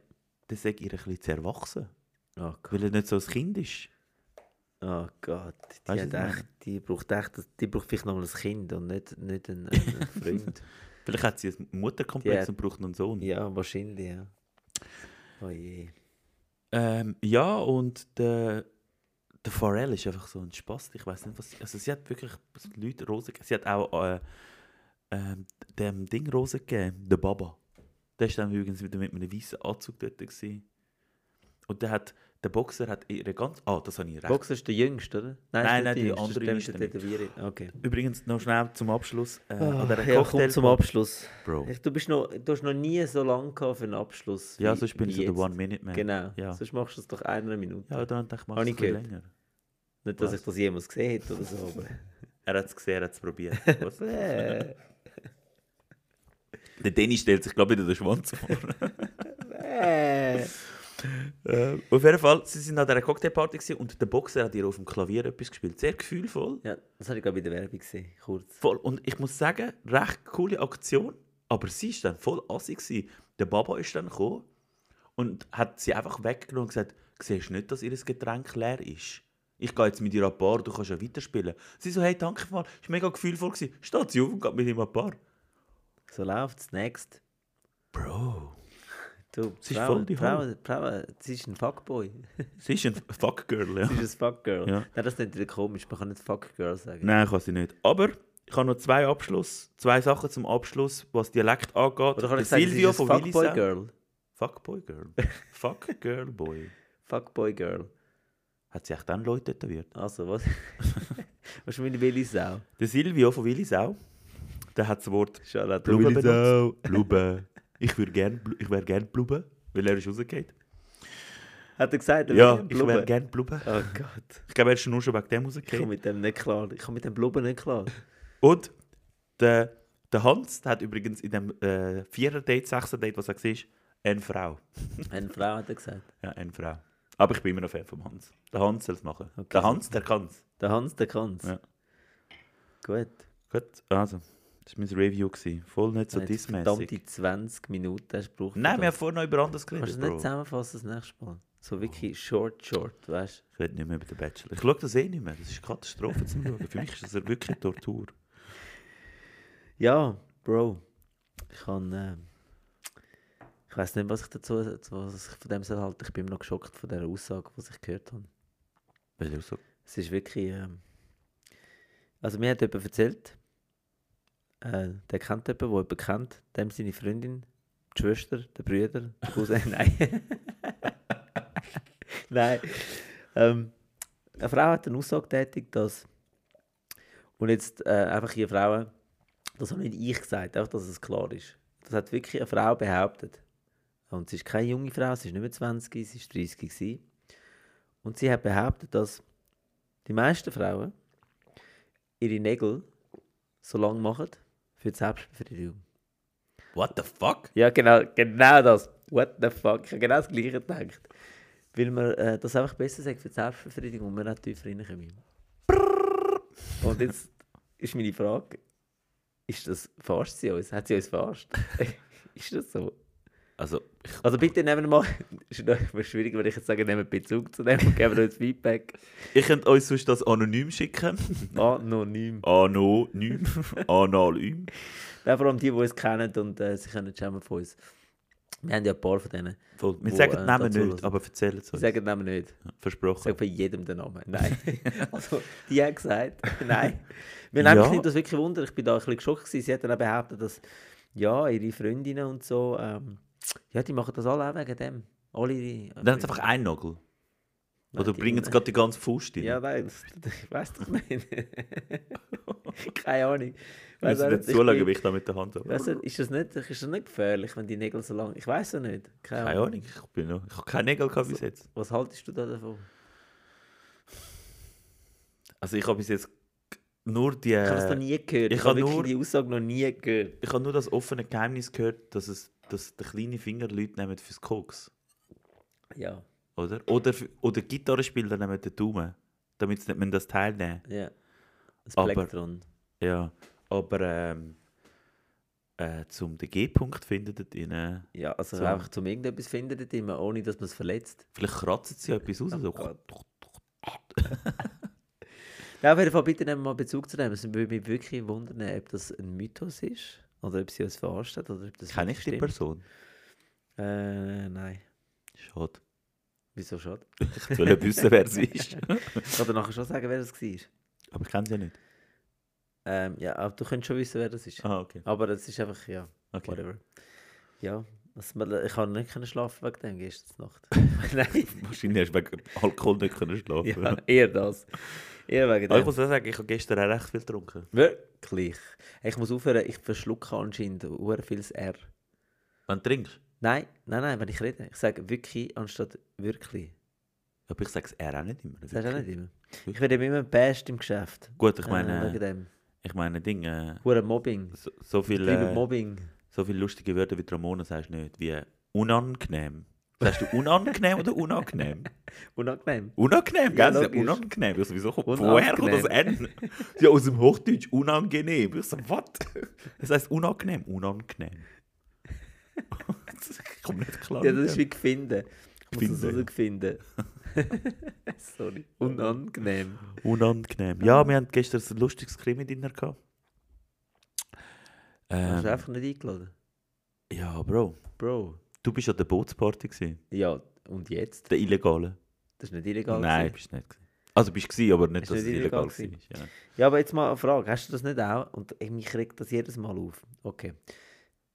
Speaker 2: der sagt ihr ein bisschen zu erwachsen.
Speaker 1: Oh Gott.
Speaker 2: Weil er nicht so ein Kind ist.
Speaker 1: Oh Gott. Die,
Speaker 2: Weißt du,
Speaker 1: hat
Speaker 2: was ich
Speaker 1: echt, die braucht echt, die braucht vielleicht nochmal ein Kind und nicht, nicht einen, einen Freund.
Speaker 2: Vielleicht hat sie einen Mutterkomplex
Speaker 1: Die hat-
Speaker 2: und braucht noch einen Sohn. Ja,
Speaker 1: ja, wahrscheinlich, ja. Oh je.
Speaker 2: ähm, ja und der, der Pharrell ist einfach so ein Spaß. Ich weiß nicht, was. Also, sie hat wirklich Leute Rosen gegeben. Sie hat auch äh, ähm, dem Ding Rosen gegeben, der Baba. Der war dann übrigens wieder mit einem weißen Anzug dort. Gewesen. Und der hat. Der Boxer hat ihre ganz. Ah, das habe ich recht.
Speaker 1: Boxer ist der Jüngste, oder?
Speaker 2: Nein,
Speaker 1: ist nicht
Speaker 2: nein,
Speaker 1: der
Speaker 2: die
Speaker 1: Jüngste,
Speaker 2: andere
Speaker 1: ist der mit der Tätowierung. Okay.
Speaker 2: Übrigens, noch schnell zum Abschluss. Äh, an
Speaker 1: Ah,
Speaker 2: dieser
Speaker 1: ja, komm zum
Speaker 2: Cocktailparty-
Speaker 1: Abschluss.
Speaker 2: Bro.
Speaker 1: Ich, du, bist noch, du hast noch nie so lange gehabt für einen Abschluss.
Speaker 2: Ja,
Speaker 1: wie-
Speaker 2: sonst bin
Speaker 1: wie
Speaker 2: ich so der
Speaker 1: jetzt.
Speaker 2: One-Minute-Man.
Speaker 1: Genau,
Speaker 2: Ja.
Speaker 1: sonst machst du es doch einer Minute.
Speaker 2: Ja, dann dachte ich, mach
Speaker 1: Habe ich
Speaker 2: es ein bisschen
Speaker 1: gehört.
Speaker 2: länger.
Speaker 1: Nicht, dass ich das jemals gesehen hätte oder so, aber...
Speaker 2: Er hat es gesehen, er hat es probiert. Was?
Speaker 1: Äh,
Speaker 2: Der Dennis stellt sich, glaube ich, wieder den Schwanz vor.
Speaker 1: äh.
Speaker 2: äh, auf jeden Fall, sie sind an dieser Cocktailparty gewesen und der Boxer hat ihr auf dem Klavier etwas gespielt. Sehr gefühlvoll.
Speaker 1: Ja, das habe ich gerade in der Werbung gesehen, kurz.
Speaker 2: Voll. Und ich muss sagen, recht coole Aktion. Aber sie war dann voll assig. Gewesen. Der Baba ist dann gekommen und hat sie einfach weggenommen und gesagt, siehst du nicht, dass ihr Getränk leer ist? Ich gehe jetzt mit dir an die Bar, du kannst ja weiterspielen. Sie so, hey, danke mal, ist mega gefühlvoll gewesen. Steht sie auf und geht mit ihm an die Bar.
Speaker 1: So läuft's, next.
Speaker 2: Bro.
Speaker 1: Du,
Speaker 2: Sie ist
Speaker 1: Frauen-
Speaker 2: voll die
Speaker 1: Frauen, Frauen, sie ist ein Fuckboy.
Speaker 2: Sie ist ein Fuckgirl, ja.
Speaker 1: Sie ist ein Fuckgirl.
Speaker 2: Ja.
Speaker 1: Nein, das ist nicht wieder komisch, man kann nicht Fuckgirl sagen.
Speaker 2: Nein, kann sie nicht. Aber ich habe noch zwei Abschluss, zwei Sachen zum Abschluss, was Dialekt angeht.
Speaker 1: Oder kann
Speaker 2: Der
Speaker 1: ich sagen,
Speaker 2: Silvio
Speaker 1: Silvio sie ist ein Fuckboy-Girl?
Speaker 2: Fuckboy Girl. Fuck Girl Boy.
Speaker 1: Fuckboy-Girl.
Speaker 2: Hat sie echt dann Leute tätowiert?
Speaker 1: Also, was? was ist meine Willi Sau?
Speaker 2: Der Silvio von Willisau, der hat das Wort
Speaker 1: Shoutout
Speaker 2: Blube
Speaker 1: Willi Sau.
Speaker 2: benutzt. Blube. Ich, würd gern, Blu- ich wäre gern Blube, weil er ist rausgeht.
Speaker 1: Hat er gesagt, er
Speaker 2: Ja,
Speaker 1: will
Speaker 2: ich wäre
Speaker 1: blubben?
Speaker 2: gern Blube.
Speaker 1: Oh Gott,
Speaker 2: Ich glaube, er ist nur schon wegen dem
Speaker 1: ich komme
Speaker 2: rausgekommen.
Speaker 1: mit dem nicht klar. Ich komme mit dem Blubben nicht klar.
Speaker 2: Und der, der Hans, der hat übrigens in dem äh, Vierer-Date, Sechser-Date, was er war, eine Frau.
Speaker 1: Eine Frau hat er gesagt.
Speaker 2: Ja, eine Frau. Aber ich bin immer noch Fan vom Hans. Der Hans soll es machen.
Speaker 1: Okay.
Speaker 2: Der Hans, der kann es.
Speaker 1: Der Hans, der kann's.
Speaker 2: Ja.
Speaker 1: Gut.
Speaker 2: Gut, also, das war mein Review. Gewesen. Voll nicht so
Speaker 1: Nein, jetzt
Speaker 2: dismäßig.
Speaker 1: Verdammte 20 Minuten hast du gebraucht.
Speaker 2: Nein, wir haben
Speaker 1: verdammt.
Speaker 2: vorhin noch über anderes
Speaker 1: Kannst
Speaker 2: geredet,
Speaker 1: du es
Speaker 2: Bro.
Speaker 1: nicht zusammenfassen das nächste Mal? So wirklich short, short, weißt
Speaker 2: Ich rede nicht mehr über den Bachelor. Ich schaue das eh nicht mehr. Das ist eine Katastrophe zum Schauen. Für mich ist das eine wirkliche Tortur.
Speaker 1: du? Ja, Bro. Ich kann. ähm, ich weiß nicht, was ich dazu was ich von dem soll halten. Ich bin immer noch geschockt von dieser Aussage, die ich gehört habe.
Speaker 2: Weil er so...
Speaker 1: Es ist wirklich. Ähm, also, mir hat jemand erzählt, äh, der kennt jemanden, der jemanden kennt, dem seine Freundin, die Schwester, der Brüder, der Cousin, nein. nein. Ähm, eine Frau hat eine Aussage tätigt, dass, und jetzt äh, einfach hier Frauen, das habe nicht ich gesagt, einfach, dass es klar ist. Das hat wirklich eine Frau behauptet. Und sie ist keine junge Frau, sie ist nicht mehr 20, sie ist 30 gewesen. Und sie hat behauptet, dass die meisten Frauen ihre Nägel so lang machen für die Selbstbefriedigung.
Speaker 2: What the fuck?
Speaker 1: Ja, genau, genau das. What the fuck? Ich habe genau das Gleiche gedacht. Weil man äh, das einfach besser sagt für die Selbstbefriedigung und man nicht tiefer reinkommt. Und jetzt ist meine Frage, ist das, verarscht sie uns? Hat sie uns verarscht? ist das so?
Speaker 2: Also, ich,
Speaker 1: Also bitte nehmen mal, ist noch schwierig, wenn ich jetzt sage, nehmen Bezug zu dem und geben uns Feedback.
Speaker 2: ihr könnt euch sonst das anonym schicken.
Speaker 1: Anonym.
Speaker 2: Anonym. Anonym.
Speaker 1: Ja, vor allem die, die uns kennen und äh, sie können schämen von uns. Wir haben ja ein paar von denen.
Speaker 2: Voll. Wir
Speaker 1: Wo,
Speaker 2: sagen
Speaker 1: äh,
Speaker 2: den Namen
Speaker 1: dazu
Speaker 2: nicht,
Speaker 1: hören.
Speaker 2: aber erzählen es
Speaker 1: Sie
Speaker 2: uns.
Speaker 1: sagen den Namen nicht. Ich
Speaker 2: Versprochen.
Speaker 1: sage bei jedem den Namen. Nein. also, die haben gesagt, nein. Wir nehmen
Speaker 2: Ja.
Speaker 1: mich das wirklich wunder. Ich bin da ein bisschen geschockt. Gewesen. Sie hat dann auch behauptet, dass ja, ihre Freundinnen und so, ähm, ja, die machen das alle auch wegen dem. Alle äh, ihre.
Speaker 2: Dann haben sie einfach einen Nagel.
Speaker 1: Nein,
Speaker 2: Oder
Speaker 1: die-
Speaker 2: bringen sie gerade die ganze Faust rein.
Speaker 1: Ja, nein, das, ich weiß doch nicht. Keine Ahnung.
Speaker 2: Wir müssen nicht
Speaker 1: ich bin-
Speaker 2: zulegen, wie ich da mit der Hand habe.
Speaker 1: Weißt du, ist das nicht, ist das nicht gefährlich, wenn die Nägel so lang... Ich weiß es nicht. Keine
Speaker 2: Keine
Speaker 1: Ahnung.
Speaker 2: Ahnung, ich, bin noch, ich habe keinen Nägel gehabt bis jetzt.
Speaker 1: Was haltest du da davon?
Speaker 2: Also ich habe bis jetzt nur die...
Speaker 1: Ich habe das noch nie gehört.
Speaker 2: Äh, ich
Speaker 1: Ich, habe
Speaker 2: habe
Speaker 1: wirklich
Speaker 2: nur-
Speaker 1: die Aussage noch nie gehört.
Speaker 2: Ich habe nur das offene Geheimnis gehört, dass, es, dass der kleine Finger Leute nehmen fürs Koks.
Speaker 1: Ja,
Speaker 2: Oder? Oder, für- oder Gitarrenspieler nehmen den Daumen. Damit sie nicht mehr das Teil nehmen.
Speaker 1: ja. Das
Speaker 2: Aber-
Speaker 1: Plektron.
Speaker 2: Ja. Aber ähm, äh, zum den G-Punkt finden dort drin.
Speaker 1: Ja, also
Speaker 2: So.
Speaker 1: einfach zum irgendetwas finden dort immer, ohne dass man es verletzt.
Speaker 2: Vielleicht kratzen sie ja etwas raus. so.
Speaker 1: Oh Gott. Ja, auf jeden Fall, bitte nehmen wir mal Bezug zu dem. Es würde mich wirklich wundern, ob das ein Mythos ist. Oder ob sie uns verarscht hat. Oder ob das
Speaker 2: Kenne ich
Speaker 1: wirklich
Speaker 2: die
Speaker 1: stimmt.
Speaker 2: Person?
Speaker 1: Äh, nein.
Speaker 2: Schade.
Speaker 1: Wieso schon?
Speaker 2: Ich will wissen, wer sie ist.
Speaker 1: Ich kann dir nachher schon sagen, wer das war.
Speaker 2: Aber ich kenne sie ja nicht.
Speaker 1: Ähm, ja, aber du könntest schon wissen, wer das ist.
Speaker 2: Ah, okay.
Speaker 1: Aber es ist einfach, ja,
Speaker 2: okay.
Speaker 1: whatever. Ja, was man- ich konnte nicht können schlafen wegen dem gestern Nacht. Nein,
Speaker 2: Wahrscheinlich hast du wegen Alkohol nicht können schlafen
Speaker 1: ja, eher das. Eher wegen
Speaker 2: Aber ich
Speaker 1: dem.
Speaker 2: muss auch sagen, ich habe gestern auch recht viel getrunken.
Speaker 1: Wirklich. Hey, Ich muss aufhören, ich verschlucke anscheinend sehr vieles R.
Speaker 2: Wenn du trinkst?
Speaker 1: Nein, nein, nein, wenn ich rede. Ich sage wirklich anstatt wirklich.
Speaker 2: Aber ich sage es eher auch nicht immer.
Speaker 1: Das sagst du auch nicht
Speaker 2: wirklich.
Speaker 1: immer. Ich werde immer best im Geschäft.
Speaker 2: Gut, ich
Speaker 1: äh,
Speaker 2: meine,
Speaker 1: wegen dem.
Speaker 2: ich meine Ding, äh,
Speaker 1: Hure Mobbing.
Speaker 2: so, so, viel,
Speaker 1: Liebe
Speaker 2: äh,
Speaker 1: Mobbing.
Speaker 2: so viele lustige Wörter wie Ramona sagst du nicht, wie unangenehm. Sagst du unangenehm oder unangenehm?
Speaker 1: Unangenehm.
Speaker 2: Unangenehm,
Speaker 1: Ja,
Speaker 2: gell? Das ist
Speaker 1: logisch.
Speaker 2: unangenehm. Ich so, wieso kommt
Speaker 1: Unangenehm.
Speaker 2: woher kommt das N? Ja, aus dem Hochdeutsch unangenehm. Ich so, was? Das heisst unangenehm, unangenehm. ich komme nicht klar.
Speaker 1: Ja,
Speaker 2: mit
Speaker 1: das ist
Speaker 2: dem.
Speaker 1: wie gefunden. Ich muss das
Speaker 2: Gefunden, ja.
Speaker 1: rausfinden. Sorry. Unangenehm.
Speaker 2: unangenehm. Ja, wir hatten gestern ein lustiges Krimi-Dinner gehabt.
Speaker 1: Hast du
Speaker 2: Ähm,
Speaker 1: einfach nicht eingeladen?
Speaker 2: ja, Bro.
Speaker 1: Bro.
Speaker 2: Du bist an der Bootsparty, gewesen,
Speaker 1: Ja, und jetzt?
Speaker 2: der illegalen.
Speaker 1: Das ist nicht illegal.
Speaker 2: Nein,
Speaker 1: gewesen.
Speaker 2: bist nicht. Gewesen. Also bist du, gewesen, aber nicht,
Speaker 1: Ist
Speaker 2: dass
Speaker 1: nicht
Speaker 2: es illegal
Speaker 1: illegal
Speaker 2: war.
Speaker 1: gewesen.
Speaker 2: Ja.
Speaker 1: Ja, aber jetzt mal eine Frage. Hast du das nicht auch? Und ey, mich regt das jedes Mal auf. Okay.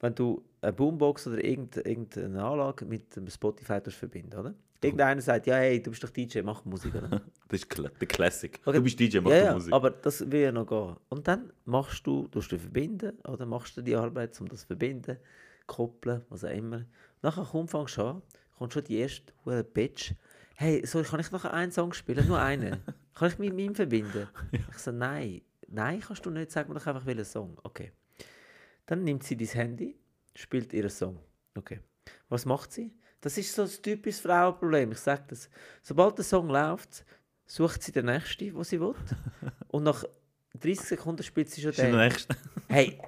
Speaker 1: Wenn du eine Boombox oder irgend- irgendeine Anlage mit dem Spotify tust verbinden, oder? Irgendeiner sagt, ja, hey, du bist doch DJ, mach Musik, oder?
Speaker 2: Das ist kla- der Classic.
Speaker 1: Okay.
Speaker 2: Du bist DJ, mach
Speaker 1: ja,
Speaker 2: du
Speaker 1: ja,
Speaker 2: Musik.
Speaker 1: aber das will ja noch gehen. Und dann machst du, tust du verbinden, oder machst du die Arbeit, um das zu verbinden, koppeln, was auch immer. Nachher komm, fangst du an, kommt schon die erste hure Bitch. Hey, sorry, kann ich nachher einen Song spielen? Nur einen? kann ich mit meinem verbinden? Ich so, nein, nein kannst du nicht, sag mir doch einfach welchen Song. Okay. Dann nimmt sie dein Handy, spielt ihren Song. Okay. Was macht sie? Das ist so ein typisches Frauenproblem, ich sage das. Sobald der Song läuft, sucht sie den nächsten, den sie will. Und nach 30 Sekunden spielt sie schon
Speaker 2: Ist der
Speaker 1: den.
Speaker 2: nächste.
Speaker 1: Hey,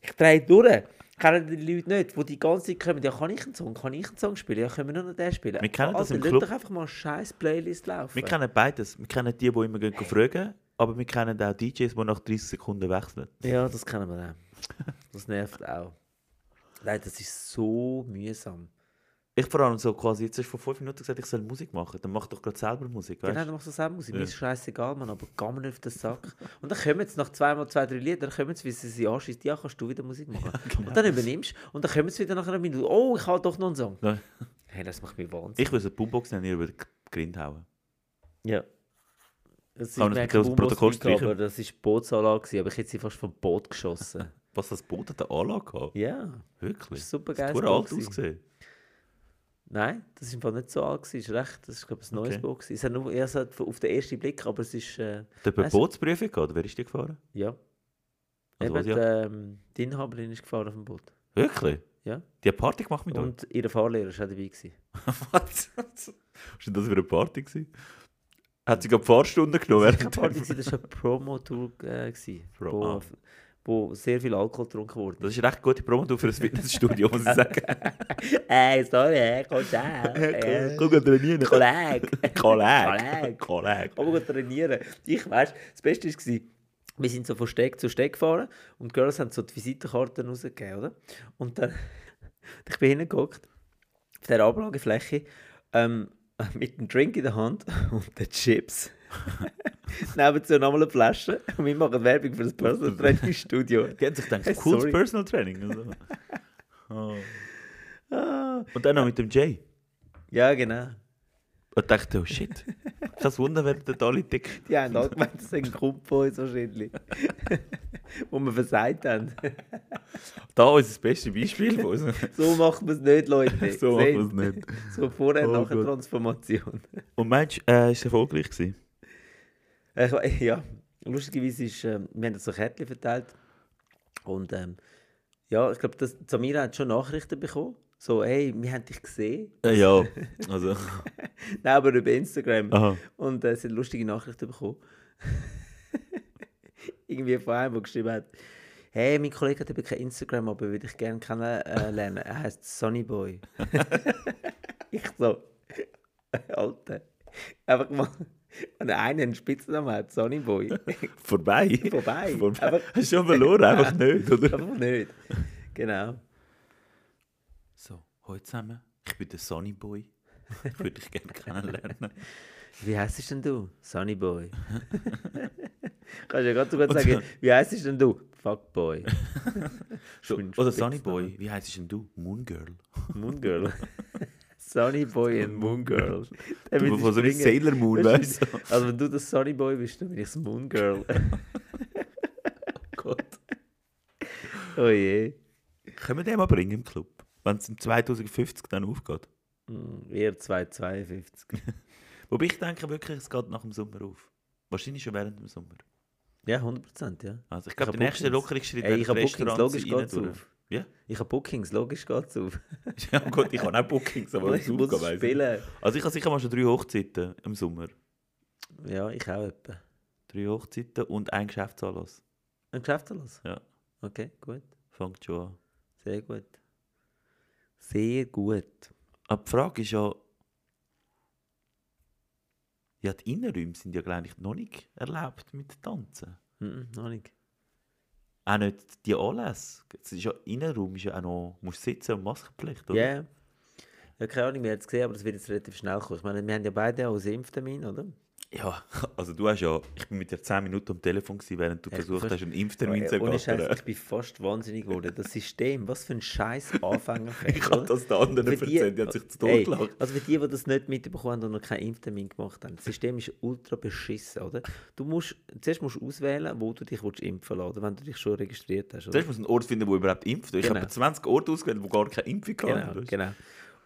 Speaker 1: ich drehe durch. Kennen die Leute nicht, die die ganze Zeit kommen, ja, kann ich einen Song, kann ich einen Song spielen, ja, können wir nur noch den spielen. Also,
Speaker 2: Wir kennen das im
Speaker 1: lass
Speaker 2: Club.
Speaker 1: doch einfach mal eine scheiß Playlist laufen.
Speaker 2: Wir kennen beides. Wir kennen die, die immer gehen fragen, aber wir kennen auch DJs, die nach 30 Sekunden wechseln.
Speaker 1: Ja, das kennen wir auch. Das nervt auch. Nein, das ist so mühsam.
Speaker 2: Ich vor allem so quasi, jetzt hast du vor fünf Minuten gesagt, ich soll Musik machen. Dann mach doch gerade selber Musik, weißt
Speaker 1: Genau,
Speaker 2: du?
Speaker 1: dann machst du selber Musik.
Speaker 2: Ja.
Speaker 1: Mir ist scheißegal, Mann, aber geh mir nicht auf den Sack. Und dann kommen jetzt nach zweimal zwei, drei Lieder, dann kommen jetzt, wie sie sie anschießt, ja, kannst du wieder Musik machen.
Speaker 2: Genau.
Speaker 1: Und dann übernimmst du und dann kommen jetzt wieder nach einer Minute, oh, ich habe doch noch einen Song.
Speaker 2: Nein.
Speaker 1: Hey, das macht mich wahnsinnig.
Speaker 2: Ich würde eine Boombox nehmen, ihr über den Grind hauen.
Speaker 1: Ja. Das ist
Speaker 2: Kann man das
Speaker 1: mir
Speaker 2: bitte aus
Speaker 1: kaum
Speaker 2: dem Protokoll
Speaker 1: lustig, aber
Speaker 2: streichen?
Speaker 1: das war die Bootsanlage, gewesen, aber ich hätte sie fast vom Boot geschossen.
Speaker 2: Was das Boot hat, der Anlage gehabt?
Speaker 1: ja.
Speaker 2: Wirklich?
Speaker 1: Ist super
Speaker 2: Das hat
Speaker 1: geiles
Speaker 2: verdammt alt
Speaker 1: Boot
Speaker 2: ausgesehen.
Speaker 1: Nein, das war im Fall nicht so alt, gewesen, ist recht. Das war, glaube ich, ein neues
Speaker 2: Okay.
Speaker 1: Boot. gewesen. Es hat nur, ja, es hat auf den ersten Blick, aber es ist, äh,
Speaker 2: Hat jemand eine
Speaker 1: Also-
Speaker 2: Bootsprüfung gehabt? Wer ist die gefahren?
Speaker 1: ja.
Speaker 2: Also was,
Speaker 1: Eben,
Speaker 2: ja.
Speaker 1: ähm, die Inhaberin ist gefahren auf dem Boot.
Speaker 2: Wirklich?
Speaker 1: Ja. Oh.
Speaker 2: Die hat Party gemacht mit euch?
Speaker 1: Und ihr Fahrlehrer war auch dabei. Gewesen.
Speaker 2: Was? Was war das für eine Party? Gewesen? Hat sie gerade Fahrstunden genommen?
Speaker 1: Das war
Speaker 2: während
Speaker 1: keine Party, gewesen, halt das war eine Promo-Tour, äh, gewesen,
Speaker 2: Pro-
Speaker 1: wo,
Speaker 2: ah.
Speaker 1: wo sehr viel Alkohol getrunken wurde.
Speaker 2: Das ist eine recht gute Promo für ein Fitnessstudio, muss ich sagen.
Speaker 1: Ey, sorry, hey, kommst du auch? Hey,
Speaker 2: Komm, geh trainieren.
Speaker 1: Kollege!
Speaker 2: Kollege. Kollege.
Speaker 1: Aber gut, trainieren. Ich weiss, das Beste war, wir sind so von Steg zu Steg gefahren und die Girls haben so die Visitenkarten rausgegeben, oder? Und dann, ich bin hingeguckt, auf dieser Ablagefläche, ähm, mit dem Drink in der Hand und den Chips. Nebenzu nochmal eine Flasche und wir machen Werbung für das Personal Training Studio.
Speaker 2: Die haben sich gedacht,
Speaker 1: Hey,
Speaker 2: cooles
Speaker 1: sorry.
Speaker 2: Personal Training. und so. Oh.
Speaker 1: Ah,
Speaker 2: Und dann noch mit dem Jay.
Speaker 1: ja, genau.
Speaker 2: Und dachte, oh shit. Kein Wunder, werden dort alle dick.
Speaker 1: Die haben auch gemeint, das sind ein Kumpel von uns wahrscheinlich. Wo wir versagt haben.
Speaker 2: Da ist das beste Beispiel von uns.
Speaker 1: So macht man es nicht, Leute.
Speaker 2: So macht
Speaker 1: Seht?
Speaker 2: man es nicht.
Speaker 1: So vorher,
Speaker 2: Oh
Speaker 1: nachher
Speaker 2: Gott.
Speaker 1: Transformation.
Speaker 2: Und meinst du, äh, ist es erfolgreich gewesen?
Speaker 1: Ich, we- ja, lustigerweise ist, ähm, wir haben so Kärtchen verteilt. Und ähm, ja, ich glaube, das- Samira hat schon Nachrichten bekommen. So, hey, wir haben dich gesehen.
Speaker 2: Äh, ja, also.
Speaker 1: Nein, aber über Instagram.
Speaker 2: Aha.
Speaker 1: Und äh, sie hat lustige Nachrichten bekommen. Irgendwie von einem, der geschrieben hat, hey, mein Kollege hat eben kein Instagram, aber würde ich gerne kennenlernen. Er heißt Sonnyboy. ich so, Alter, einfach mal, wenn einer einen Spitznamen hat, Sonnyboy,
Speaker 2: Vorbei.
Speaker 1: Vorbei.
Speaker 2: Vorbei.
Speaker 1: Aber-
Speaker 2: Hast du schon verloren, einfach nicht, oder?
Speaker 1: einfach nicht. Genau.
Speaker 2: So, hallo zusammen. Ich bin der Sonny Boy. Ich würde dich gerne kennenlernen.
Speaker 1: Wie heißt denn du? Sonnyboy. Kannst ja gerade sogar sagen, wie heißt denn du? Fuckboy.
Speaker 2: So,
Speaker 1: Schön
Speaker 2: oder
Speaker 1: spitz,
Speaker 2: Sonny Boy, wie heißt denn du? Moon Girl.
Speaker 1: Moon Girl. Sonny Boy and Moon Girl. Der
Speaker 2: Du,
Speaker 1: wird
Speaker 2: von so einem
Speaker 1: springen.
Speaker 2: Sailor Moon,
Speaker 1: Das
Speaker 2: weißt
Speaker 1: ist-
Speaker 2: du?
Speaker 1: Also wenn du der Sonny Boy bist, dann bin ich das Moon Girl.
Speaker 2: Gott.
Speaker 1: Oh je.
Speaker 2: Können wir den mal bringen im Club? Wenn es im 2050 dann aufgeht.
Speaker 1: Hm, Eher 252.
Speaker 2: Wobei ich denke wirklich, es geht nach dem Sommer auf. Wahrscheinlich schon während dem Sommer.
Speaker 1: Ja, 100%, ja.
Speaker 2: Also
Speaker 1: Ich
Speaker 2: ich glaube, der
Speaker 1: hab
Speaker 2: nächste
Speaker 1: Bookings.
Speaker 2: lockere Schritt
Speaker 1: Ey,
Speaker 2: wäre
Speaker 1: ich
Speaker 2: das
Speaker 1: habe Bookings,
Speaker 2: Restaurant
Speaker 1: logisch
Speaker 2: sein,
Speaker 1: geht's
Speaker 2: rein
Speaker 1: auf.
Speaker 2: Ja?
Speaker 1: Ich habe Bookings, logisch geht's auf.
Speaker 2: durch. Ja, oh Gott, ich habe auch Bookings, aber
Speaker 1: ich muss
Speaker 2: aufgeht, weiss ich.
Speaker 1: spielen.
Speaker 2: Also ich habe sicher mal schon drei Hochzeiten im Sommer.
Speaker 1: Ja, ich auch etwa.
Speaker 2: Drei Hochzeiten und ein Geschäftsanlass.
Speaker 1: Ein Geschäfterlos?
Speaker 2: Ja.
Speaker 1: Okay, gut.
Speaker 2: Fängt schon an.
Speaker 1: Sehr gut. Sehr gut.
Speaker 2: Aber die Frage ist ja... Ja, die Innenräume sind ja eigentlich noch nicht erlaubt mit Tanzen.
Speaker 1: Mhm, noch nicht.
Speaker 2: Auch nicht die Anlässe. Es ist ja Innenraum, ist ja auch noch... musst sitzen und Maskenpflicht,
Speaker 1: Ja.
Speaker 2: oder?
Speaker 1: Ja, keine Ahnung, wir haben es gesehen, aber das wird jetzt relativ schnell kommen. Ich meine, wir haben ja beide auch einen Impftermin, oder?
Speaker 2: Ja, also du hast ja... Ich bin mit dir 10 Minuten am Telefon gewesen, während du
Speaker 1: Ja, ich bin
Speaker 2: versucht
Speaker 1: fast-
Speaker 2: hast, einen Impftermin zu
Speaker 1: Ey, Ohne Scheiß,
Speaker 2: ergattern.
Speaker 1: ich bin fast wahnsinnig geworden. Das System, was für ein scheiß Anfängerfeld.
Speaker 2: Ich habe
Speaker 1: oder?
Speaker 2: das den anderen
Speaker 1: Für die-
Speaker 2: erzählt, die haben sich zu
Speaker 1: Ey,
Speaker 2: Tod gelacht.
Speaker 1: Also für die, die das nicht mitbekommen haben und noch keinen Impftermin gemacht haben, das System ist ultra beschissen, oder? Du musst, zuerst musst du auswählen, wo du dich willst impfen lassen, oder? wenn du dich schon registriert hast, oder?
Speaker 2: Zuerst muss einen Ort finden, wo überhaupt impft. Ich
Speaker 1: Genau.
Speaker 2: habe 20 Orte ausgewählt, wo gar keine Impfung
Speaker 1: Genau,
Speaker 2: haben.
Speaker 1: genau.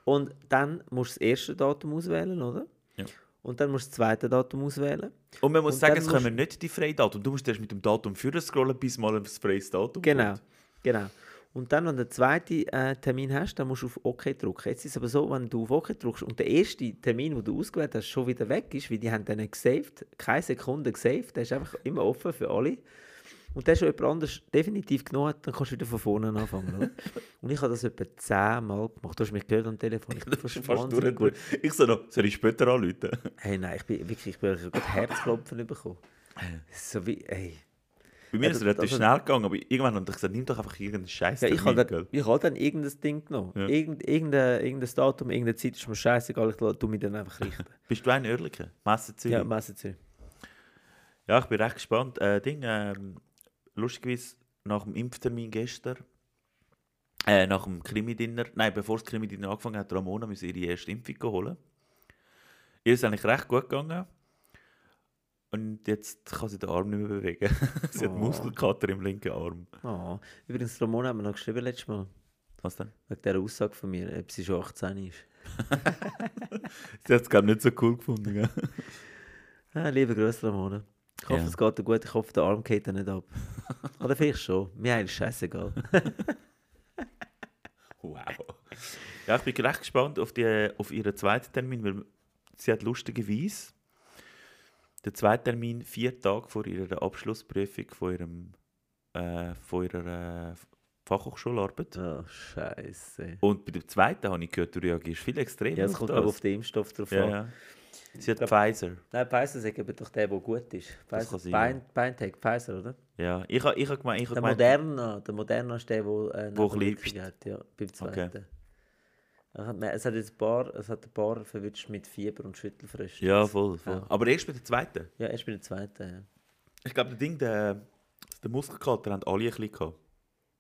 Speaker 1: Und dann musst du das erste Datum auswählen, oder?
Speaker 2: Ja.
Speaker 1: Und dann musst du das zweite Datum auswählen.
Speaker 2: Und man muss
Speaker 1: genau. Und
Speaker 2: sagen,
Speaker 1: dann
Speaker 2: es
Speaker 1: musst-
Speaker 2: kommen nicht die freien Datum. Du musst erst mit dem Datum führen scrollen, bis mal ein freies Datum
Speaker 1: Genau,
Speaker 2: kommt.
Speaker 1: genau. Und dann, wenn du den zweiten äh, Termin hast, dann musst du auf OK drücken. Jetzt ist es aber so, wenn du auf OK drückst und der erste Termin, den du ausgewählt hast, schon wieder weg ist, weil die haben den gesaved, keine Sekunde gesaved, der ist einfach immer offen für alle. Und der schon jemand anderes definitiv genommen hat, dann kannst du wieder von vorne anfangen. Oder? und ich habe das etwa zehnmal gemacht. Du hast mich gehört am Telefon. Ich bin
Speaker 2: Das
Speaker 1: fast
Speaker 2: ist fast
Speaker 1: wahnsinnig
Speaker 2: durch.
Speaker 1: gut.
Speaker 2: Ich soll noch, soll ich später anrufen?
Speaker 1: Hey, nein, ich bin wirklich, ich bin gerade Herzklopfen bekommen. So wie, ey.
Speaker 2: Bei mir
Speaker 1: Ja,
Speaker 2: ist es
Speaker 1: das-
Speaker 2: relativ
Speaker 1: also-
Speaker 2: schnell gegangen, aber irgendwann habe ich gesagt, nimm doch einfach irgendeinen Scheiß.
Speaker 1: Ja, ich
Speaker 2: Termin,
Speaker 1: habe dann,
Speaker 2: gell?
Speaker 1: ich hab dann irgendein Ding genommen.
Speaker 2: Ja.
Speaker 1: Irgend, irgendein, irgendein Datum, irgendeine Zeit ist mir scheißegal, ich tu mich dann einfach richten.
Speaker 2: Bist du ein Örlicher? Messenzüge?
Speaker 1: ja,
Speaker 2: Ja,
Speaker 1: messen Sie.
Speaker 2: ja, ich bin recht gespannt. Äh, Ding, ähm, lustigerweise, nach dem Impftermin gestern, äh, nach dem Krimi-Dinner, nein, bevor das Krimi-Dinner angefangen hat, Ramona müssen ihre erste Impfung holen. Ihr ist eigentlich recht gut gegangen. Und jetzt kann sie den Arm nicht mehr bewegen. sie
Speaker 1: Oh.
Speaker 2: hat Muskelkater im linken Arm.
Speaker 1: Oh. Übrigens, Ramona hat mir noch geschrieben letztes Mal,
Speaker 2: Was denn?
Speaker 1: wegen dieser Aussage von mir, ob sie schon 18 ist.
Speaker 2: Sie hat es, glaube ich, nicht so cool gefunden. Gell?
Speaker 1: Ah, liebe Grüße, Ramona. Ich hoffe,
Speaker 2: Ja.
Speaker 1: es geht dir gut, ich hoffe, der Arm geht dir nicht ab. Oder vielleicht schon, mir ist scheißegal.
Speaker 2: Wow. Ja, ich bin recht gespannt auf, die, auf ihren zweiten Termin, weil sie hat lustigerweise den zweiten Termin vier Tage vor ihrer Abschlussprüfung von, ihrem, äh, von ihrer äh, Fachhochschularbeit.
Speaker 1: Oh, scheiße.
Speaker 2: Und bei dem zweiten habe ich gehört, du reagierst viel extremer
Speaker 1: Ja, es kommt aber auf den Impfstoff drauf
Speaker 2: ja,
Speaker 1: an.
Speaker 2: ja. Sie hat
Speaker 1: glaub-
Speaker 2: Pfizer.
Speaker 1: Nein, Pfizer sagt aber doch der, der gut ist.
Speaker 2: Das
Speaker 1: Pfizer,
Speaker 2: kann sein,
Speaker 1: Bein, Beintech, Pfizer, oder?
Speaker 2: Ja, ich habe ich ha gemeint, ich ha
Speaker 1: Der
Speaker 2: gemeint
Speaker 1: Moderna, der Moderna ist der, der äh,
Speaker 2: Wo ein bisschen-
Speaker 1: Nebenwirkungen hat, ja, beim zweiten. Er hat- Es hat jetzt ein paar, es hat ein paar verwünscht mit Fieber und Schüttelfrost.
Speaker 2: ja, voll, voll.
Speaker 1: Ja.
Speaker 2: Aber erst bei der zweiten.
Speaker 1: Ja, erst bei der zweiten.
Speaker 2: Ich glaube, der Ding, der, der Muskelkater haben alle ein bisschen gehabt.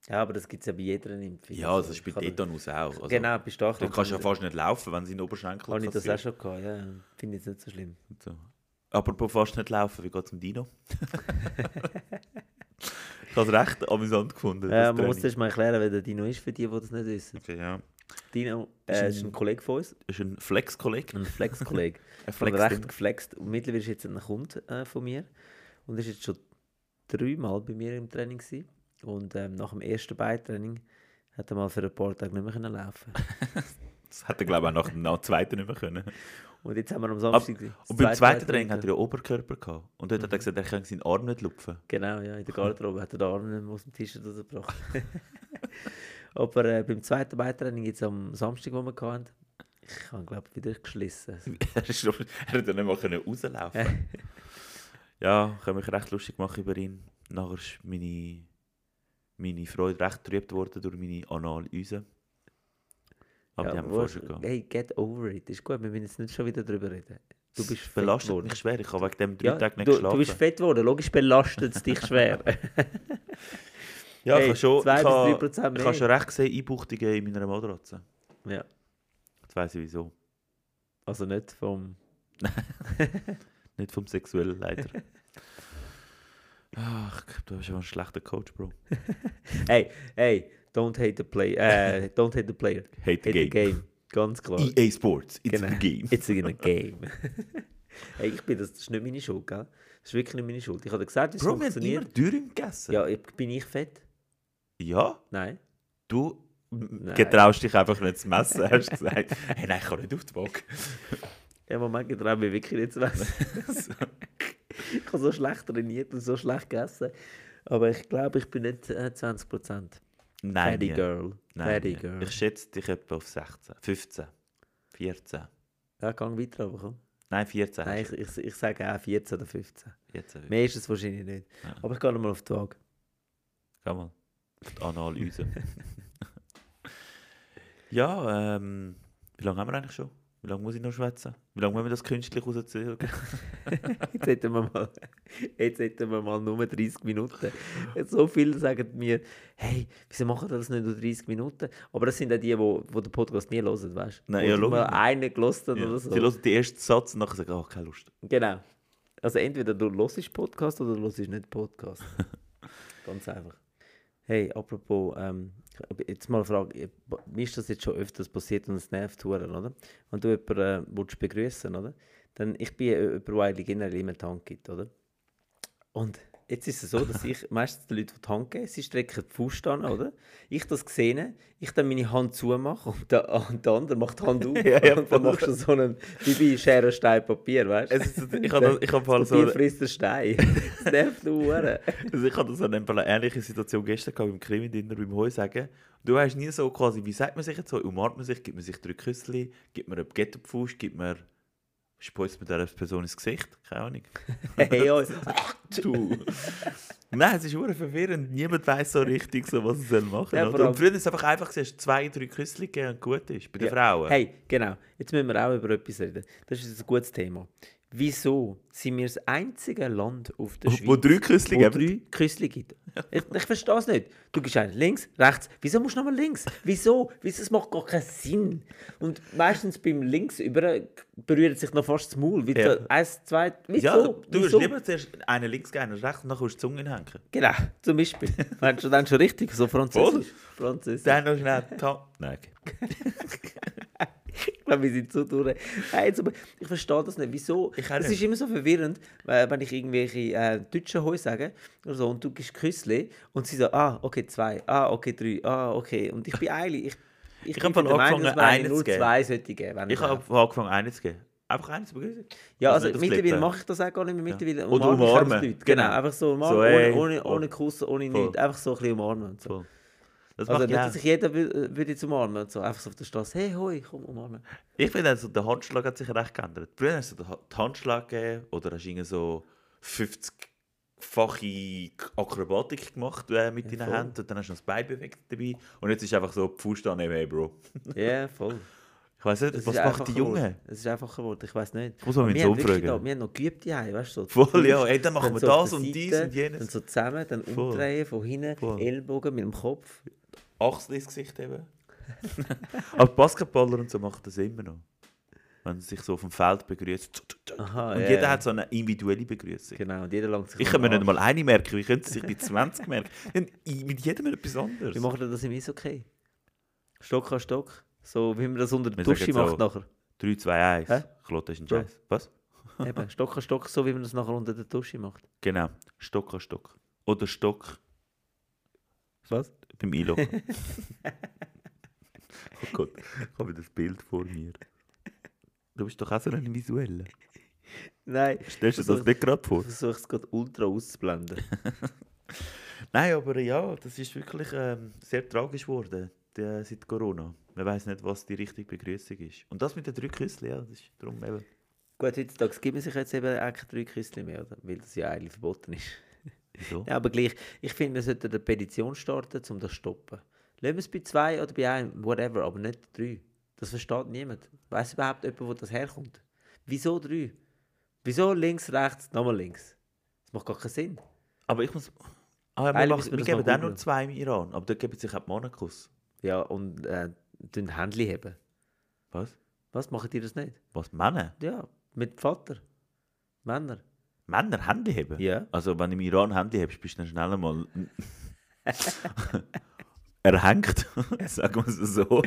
Speaker 1: Ja, ja aber das gibt es ja bei jeder Impfung.
Speaker 2: Ja, also das ist bei
Speaker 1: Ich hab-
Speaker 2: Tetanus auch. Also,
Speaker 1: Genau, bei
Speaker 2: Du
Speaker 1: Stacheln.
Speaker 2: kannst ja fast nicht laufen, wenn sie in den Oberschenkel
Speaker 1: Habe ich das auch
Speaker 2: kassiert.
Speaker 1: schon gehabt, ja. ja. Finde ich jetzt nicht so schlimm.
Speaker 2: Und So. Apropos fast nicht laufen, wie geht es dem Dino? ich habe es recht amüsant gefunden. das
Speaker 1: Äh, man muss
Speaker 2: Training.
Speaker 1: zuerst mal erklären, wer der Dino ist, für die, die das nicht wissen.
Speaker 2: okay, ja.
Speaker 1: Dino äh,
Speaker 2: Ist
Speaker 1: ist ein Kollege von uns,
Speaker 2: Ist ein Flex-Kollege.
Speaker 1: ein Flex-Kollege.
Speaker 2: Ein
Speaker 1: Von recht
Speaker 2: Flex-Ding.
Speaker 1: geflext. Und mittlerweile ist jetzt ein Kunde äh, von mir. Und ist jetzt schon dreimal bei mir im Training. Gewesen. Und ähm, nach dem ersten Beintraining hat er mal für ein paar Tage nicht mehr können laufen
Speaker 2: Das hätte er, glaube ich, auch nach dem nach dem zweiten nicht mehr können.
Speaker 1: Und jetzt haben wir am
Speaker 2: Ab,
Speaker 1: Samstag. das
Speaker 2: und
Speaker 1: zweite
Speaker 2: beim
Speaker 1: Mhm.
Speaker 2: zweiten Training hat er
Speaker 1: gehabt.
Speaker 2: ja Oberkörper gehabt. Und dort hat er gesagt, er kann seinen Arm nicht lupfen.
Speaker 1: Genau, ja, in der Garderobe hat er den Arm nicht mehr aus dem T-Shirt rausgebracht. Aber äh, beim zweiten Beintraining, jetzt am Samstag, wo wir hatten, ich habe, glaube ich, wieder geschlissen.
Speaker 2: er, ist, er hat ja nicht mal können rauslaufen. ja, ich habe mich recht lustig gemacht über ihn. Nachher ist meine, meine Freude recht getrübt worden durch meine Analyse. Aber die haben wir
Speaker 1: wo-
Speaker 2: vorher schon gehabt.
Speaker 1: Hey, get over it. Ist gut, wir müssen jetzt nicht schon wieder drüber reden. Du bist fett
Speaker 2: belastet
Speaker 1: geworden.
Speaker 2: mich schwer. Ich habe wegen dem drei
Speaker 1: Ja,
Speaker 2: Tage nicht
Speaker 1: du,
Speaker 2: geschlafen.
Speaker 1: du bist fett geworden, logisch belastet es dich schwer.
Speaker 2: ja, ich
Speaker 1: Hey,
Speaker 2: habe schon, ich
Speaker 1: zwei bis drei
Speaker 2: habe, ich
Speaker 1: Prozent
Speaker 2: habe
Speaker 1: mehr.
Speaker 2: schon recht gesehen, Einbuchtungen in meiner Matratze.
Speaker 1: ja,
Speaker 2: Jetzt weiss ich wieso.
Speaker 1: also nicht vom.
Speaker 2: Nicht vom Sexuellen leider. Ach, ich glaub, du bist aber ein schlechter Coach, Bro.
Speaker 1: Hey, hey, don't hate the player. Äh, don't hate the player.
Speaker 2: Hate the
Speaker 1: Hate the
Speaker 2: game.
Speaker 1: game. Ganz klar.
Speaker 2: EA E Sports, it's
Speaker 1: Genau.
Speaker 2: the game.
Speaker 1: It's in a game. hey, ich bin, das, das ist nicht meine Schuld, gell? Das ist wirklich nicht meine Schuld. Ich habe dir gesagt, wie es
Speaker 2: Bro, wir haben immer
Speaker 1: funktioniert.
Speaker 2: Dürüm gegessen.
Speaker 1: Ja, ich, bin ich fett?
Speaker 2: ja?
Speaker 1: Nein.
Speaker 2: Du getraust dich einfach nicht zu messen, hast du gesagt. Hey, nein, ich kann nicht auf die Waage.
Speaker 1: Im Moment getraue ich mich wirklich nicht zu messen. ich habe so schlecht trainiert und so schlecht gegessen. Aber ich glaube, ich bin nicht äh, 20%.
Speaker 2: Nein,
Speaker 1: Fatty
Speaker 2: nie.
Speaker 1: Girl.
Speaker 2: nein
Speaker 1: Fatty
Speaker 2: nie.
Speaker 1: Girl.
Speaker 2: Ich schätze dich etwa auf 16, 15, 14.
Speaker 1: Ja, gang weiter, aber komm.
Speaker 2: Nein, 14
Speaker 1: Nein,
Speaker 2: hast
Speaker 1: ich, ich, ich sage auch 14 oder 15.
Speaker 2: du. 14.
Speaker 1: Mehr ist es wahrscheinlich nicht.
Speaker 2: Ja.
Speaker 1: Aber ich gehe nochmal auf die Waage.
Speaker 2: Geh mal. Auf die Analyse. ja, ähm, wie lange haben wir eigentlich schon? Wie lange muss ich noch schwätzen? Wie lange müssen wir das künstlich rausziehen?
Speaker 1: Jetzt hätten wir mal, jetzt hätten wir mal nur 30 Minuten. So viele sagen mir, hey, wieso machen wir das nicht nur 30 Minuten? Aber das sind auch die, wo, wo den Podcast nie hören, weißt du?
Speaker 2: Nein,
Speaker 1: Wo
Speaker 2: ja,
Speaker 1: du mal
Speaker 2: logisch.
Speaker 1: einen gelost hat
Speaker 2: Ja.
Speaker 1: oder
Speaker 2: Die
Speaker 1: so.
Speaker 2: hören den ersten Satz und nachher sagen, oh, keine Lust.
Speaker 1: Genau. Also entweder du hörst Podcast oder du hörst nicht Podcast. Ganz einfach. Hey, apropos, ähm, ich- jetzt mal eine Frage. Ich- Mir ist das jetzt schon öfters passiert und es nervt Touren, oder? Wenn du jemanden äh, willst begrüßen, oder? Dann, ich bin äh, jemand, der eigentlich generell immer die Hand gibt, oder? Und jetzt ist es so, dass ich meistens die Leute, die die Hand geben, sie strecken die Faust an, oder? Ich das gesehen, ich dann meine Hand zumache und der, und der andere macht die Hand auf.
Speaker 2: Ja, ja,
Speaker 1: und dann machst du so einen, wie bei Schere, Stein, Papier, weißt du?
Speaker 2: Es ist, ich habe ich hab
Speaker 1: Das
Speaker 2: so
Speaker 1: Papier
Speaker 2: eine,
Speaker 1: frisst den Stein. Das nervt nur. Hure.
Speaker 2: Also ich hatte so eine, eine ähnliche Situation gestern gehabt, beim Krimi-Dinner beim Heusagen. Du hast nie so quasi, wie sagt man sich jetzt so, umarmt man sich, gibt man sich drei Küsschen, gibt man einen Ghetto-Pfusch, gibt man Speust mir dieser Person ins Gesicht? Keine Ahnung.
Speaker 1: Hey, oh, ah, ja.
Speaker 2: du. Nein, es ist hure verwirrend. Niemand weiß so richtig, so, was er soll machen
Speaker 1: Ja, vor
Speaker 2: soll.
Speaker 1: allem-
Speaker 2: Und früher ist es einfach einfach, gewesen, hast zwei, drei Küsschen gegeben und gut ist. Bei den Frauen.
Speaker 1: Hey, genau. Jetzt müssen wir auch über etwas reden. Das ist ein gutes Thema. Wieso sind wir das einzige Land auf der Schweiz,
Speaker 2: wo drei Küsschen
Speaker 1: wo
Speaker 2: geben?
Speaker 1: drei Küssli gibt? Ich, ich verstehe es nicht. Du gehst einen links, rechts. Wieso musst du nochmal links? Wieso? Wieso? Es macht gar keinen Sinn. Und meistens beim Links über berührt sich noch fast das Maul. Wie
Speaker 2: Ja.
Speaker 1: so eins, zwei, wieso?
Speaker 2: ja, du du
Speaker 1: wieso?
Speaker 2: wirst lieber zuerst einen links, einen rechts und dann kannst du die Zunge hinhängen.
Speaker 1: Genau, zum Beispiel. Meinst du dann schon richtig? So
Speaker 2: Voll.
Speaker 1: Französisch. Französisch.
Speaker 2: Dann noch schnell die Hand. Nein, okay.
Speaker 1: Ich glaube, wir sind so durch. Nein, jetzt, aber ich verstehe das nicht. Wieso?
Speaker 2: Ich auch
Speaker 1: Es
Speaker 2: nicht.
Speaker 1: ist immer so verwirrend, weil- wenn ich irgendwelche äh, deutschen Heu sage oder so, und du gibst Küssli und sie sagen, ah, okay, zwei, ah, okay, drei, ah, okay. Und ich bin eilig. Ich, ich,
Speaker 2: Ich hab
Speaker 1: bin
Speaker 2: mal
Speaker 1: der
Speaker 2: angefangen,
Speaker 1: dass man eigentlich
Speaker 2: einen
Speaker 1: nur
Speaker 2: zu geben.
Speaker 1: zwei sollte geben. Wenn
Speaker 2: Ich
Speaker 1: überhaupt.
Speaker 2: habe angefangen, einen zu geben. Einfach einen zu begrüßen.
Speaker 1: ja, also
Speaker 2: Also nicht aufs
Speaker 1: mittlerweile
Speaker 2: Lippen.
Speaker 1: mache ich das auch gar nicht mehr. Mittlerweile
Speaker 2: Oder
Speaker 1: umarme ich einfach
Speaker 2: umarmen.
Speaker 1: die Leute. Genau,
Speaker 2: Genau.
Speaker 1: einfach so umarmen,
Speaker 2: So, ey,
Speaker 1: ohne, ohne,
Speaker 2: voll.
Speaker 1: ohne Kuss, ohne
Speaker 2: Voll.
Speaker 1: nichts. Einfach so ein bisschen umarmen und so.
Speaker 2: Voll. Das
Speaker 1: Also
Speaker 2: mache
Speaker 1: nicht,
Speaker 2: ich
Speaker 1: dass
Speaker 2: auch.
Speaker 1: ich jeden wü- äh, würde jetzt umarmen und so. Einfach so auf der Straße, hey, hoi, komm, umarmen.
Speaker 2: Ich finde, also, der Handschlag hat sich recht geändert. Früher hast du den Ha- den Handschlag gegeben oder hast irgendwie so 50-fache Akrobatik gemacht äh, mit
Speaker 1: Ja,
Speaker 2: deinen
Speaker 1: voll.
Speaker 2: Händen und dann hast du noch das Bein bewegt dabei. Und jetzt ist einfach so, die Faust annehmen, hey Bro.
Speaker 1: Ja, voll.
Speaker 2: Ich weiß nicht,
Speaker 1: Es
Speaker 2: was
Speaker 1: ist
Speaker 2: macht
Speaker 1: einfacher
Speaker 2: die Jungen?
Speaker 1: geworden. Es ist einfach geworden, ich weiß nicht.
Speaker 2: Muss man
Speaker 1: Und
Speaker 2: meinen
Speaker 1: wir
Speaker 2: Sohn
Speaker 1: haben wirklich
Speaker 2: fragen.
Speaker 1: Noch, wir haben noch geübt die Heim, weißt du? So
Speaker 2: Voll,
Speaker 1: die
Speaker 2: ja.
Speaker 1: Faust,
Speaker 2: Hey, dann machen wir
Speaker 1: so auf
Speaker 2: das
Speaker 1: der
Speaker 2: und dies
Speaker 1: Seite,
Speaker 2: und jenes.
Speaker 1: Dann so zusammen, dann
Speaker 2: Voll.
Speaker 1: umdrehen von hinten,
Speaker 2: Voll.
Speaker 1: Ellbogen mit dem Kopf.
Speaker 2: Achsel ins Gesicht eben. Aber die Basketballer und so machen das immer noch. Wenn sie sich so auf dem Feld begrüßen.
Speaker 1: Aha,
Speaker 2: und
Speaker 1: Ah, ja,
Speaker 2: jeder
Speaker 1: ja.
Speaker 2: hat so eine individuelle Begrüßung.
Speaker 1: Genau, und jeder langt sich
Speaker 2: Ich
Speaker 1: an
Speaker 2: kann
Speaker 1: den
Speaker 2: mir nicht
Speaker 1: Arsch.
Speaker 2: mal eine merken, wie könnte sich die 20 merken? Denn mit jedem etwas anderes.
Speaker 1: Wie machen wir das im Eishockey? Stock an Stock. So wie man das unter der
Speaker 2: Wir sagen
Speaker 1: Dusche
Speaker 2: so.
Speaker 1: macht nachher.
Speaker 2: 3, 2, 1.
Speaker 1: Hä?
Speaker 2: Klotte ist ein
Speaker 1: So.
Speaker 2: Scheiß. Was?
Speaker 1: Eben, Stock an Stock, so wie man das nachher unter der Dusche macht.
Speaker 2: Genau. Stock an Stock. Oder Stock
Speaker 1: Was?
Speaker 2: beim Einloggen. oh Gott, ich habe das Bild vor mir. Du bist doch auch so ein Visueller.
Speaker 1: Nein,
Speaker 2: Stellst du dir das
Speaker 1: Versuch-
Speaker 2: nicht gerade vor?
Speaker 1: ich versuche es gerade ultra auszublenden.
Speaker 2: Nein, aber ja, das ist wirklich ähm, sehr tragisch geworden der- seit Corona. Man weiß nicht, was die richtige Begrüßung ist. Und das mit den drei Küsschen, ja, das ist darum eben.
Speaker 1: Gut, heutzutage gibt man sich jetzt eben auch keine drei Küsschen mehr, oder? weil das ja eigentlich verboten ist.
Speaker 2: Wieso?
Speaker 1: Ja, aber gleich, ich finde, wir sollten eine Petition starten, um das zu stoppen. Lassen wir es bei zwei oder bei einem, whatever, aber nicht drei. Das versteht niemand. Weiß überhaupt jemand, wo das herkommt? Wieso drei? Wieso links, rechts, nochmal links? Das macht gar keinen Sinn.
Speaker 2: Aber ich muss. Ah, ja, wir,
Speaker 1: Eigentlich
Speaker 2: machen,
Speaker 1: müssen
Speaker 2: wir
Speaker 1: wir das
Speaker 2: geben
Speaker 1: mal
Speaker 2: dann nur
Speaker 1: googeln.
Speaker 2: zwei im Iran, aber da geben sich auch die Monakus.
Speaker 1: Ja, und äh, den Händchen heben.
Speaker 2: Was?
Speaker 1: Was, machen die das nicht?
Speaker 2: Was? Männer?
Speaker 1: Ja, mit Vater. Männer.
Speaker 2: Männer Handy haben?
Speaker 1: Ja.
Speaker 2: Also, wenn du im Iran Handy hast, bist du dann schnell mal. erhängt, sagen wir es so.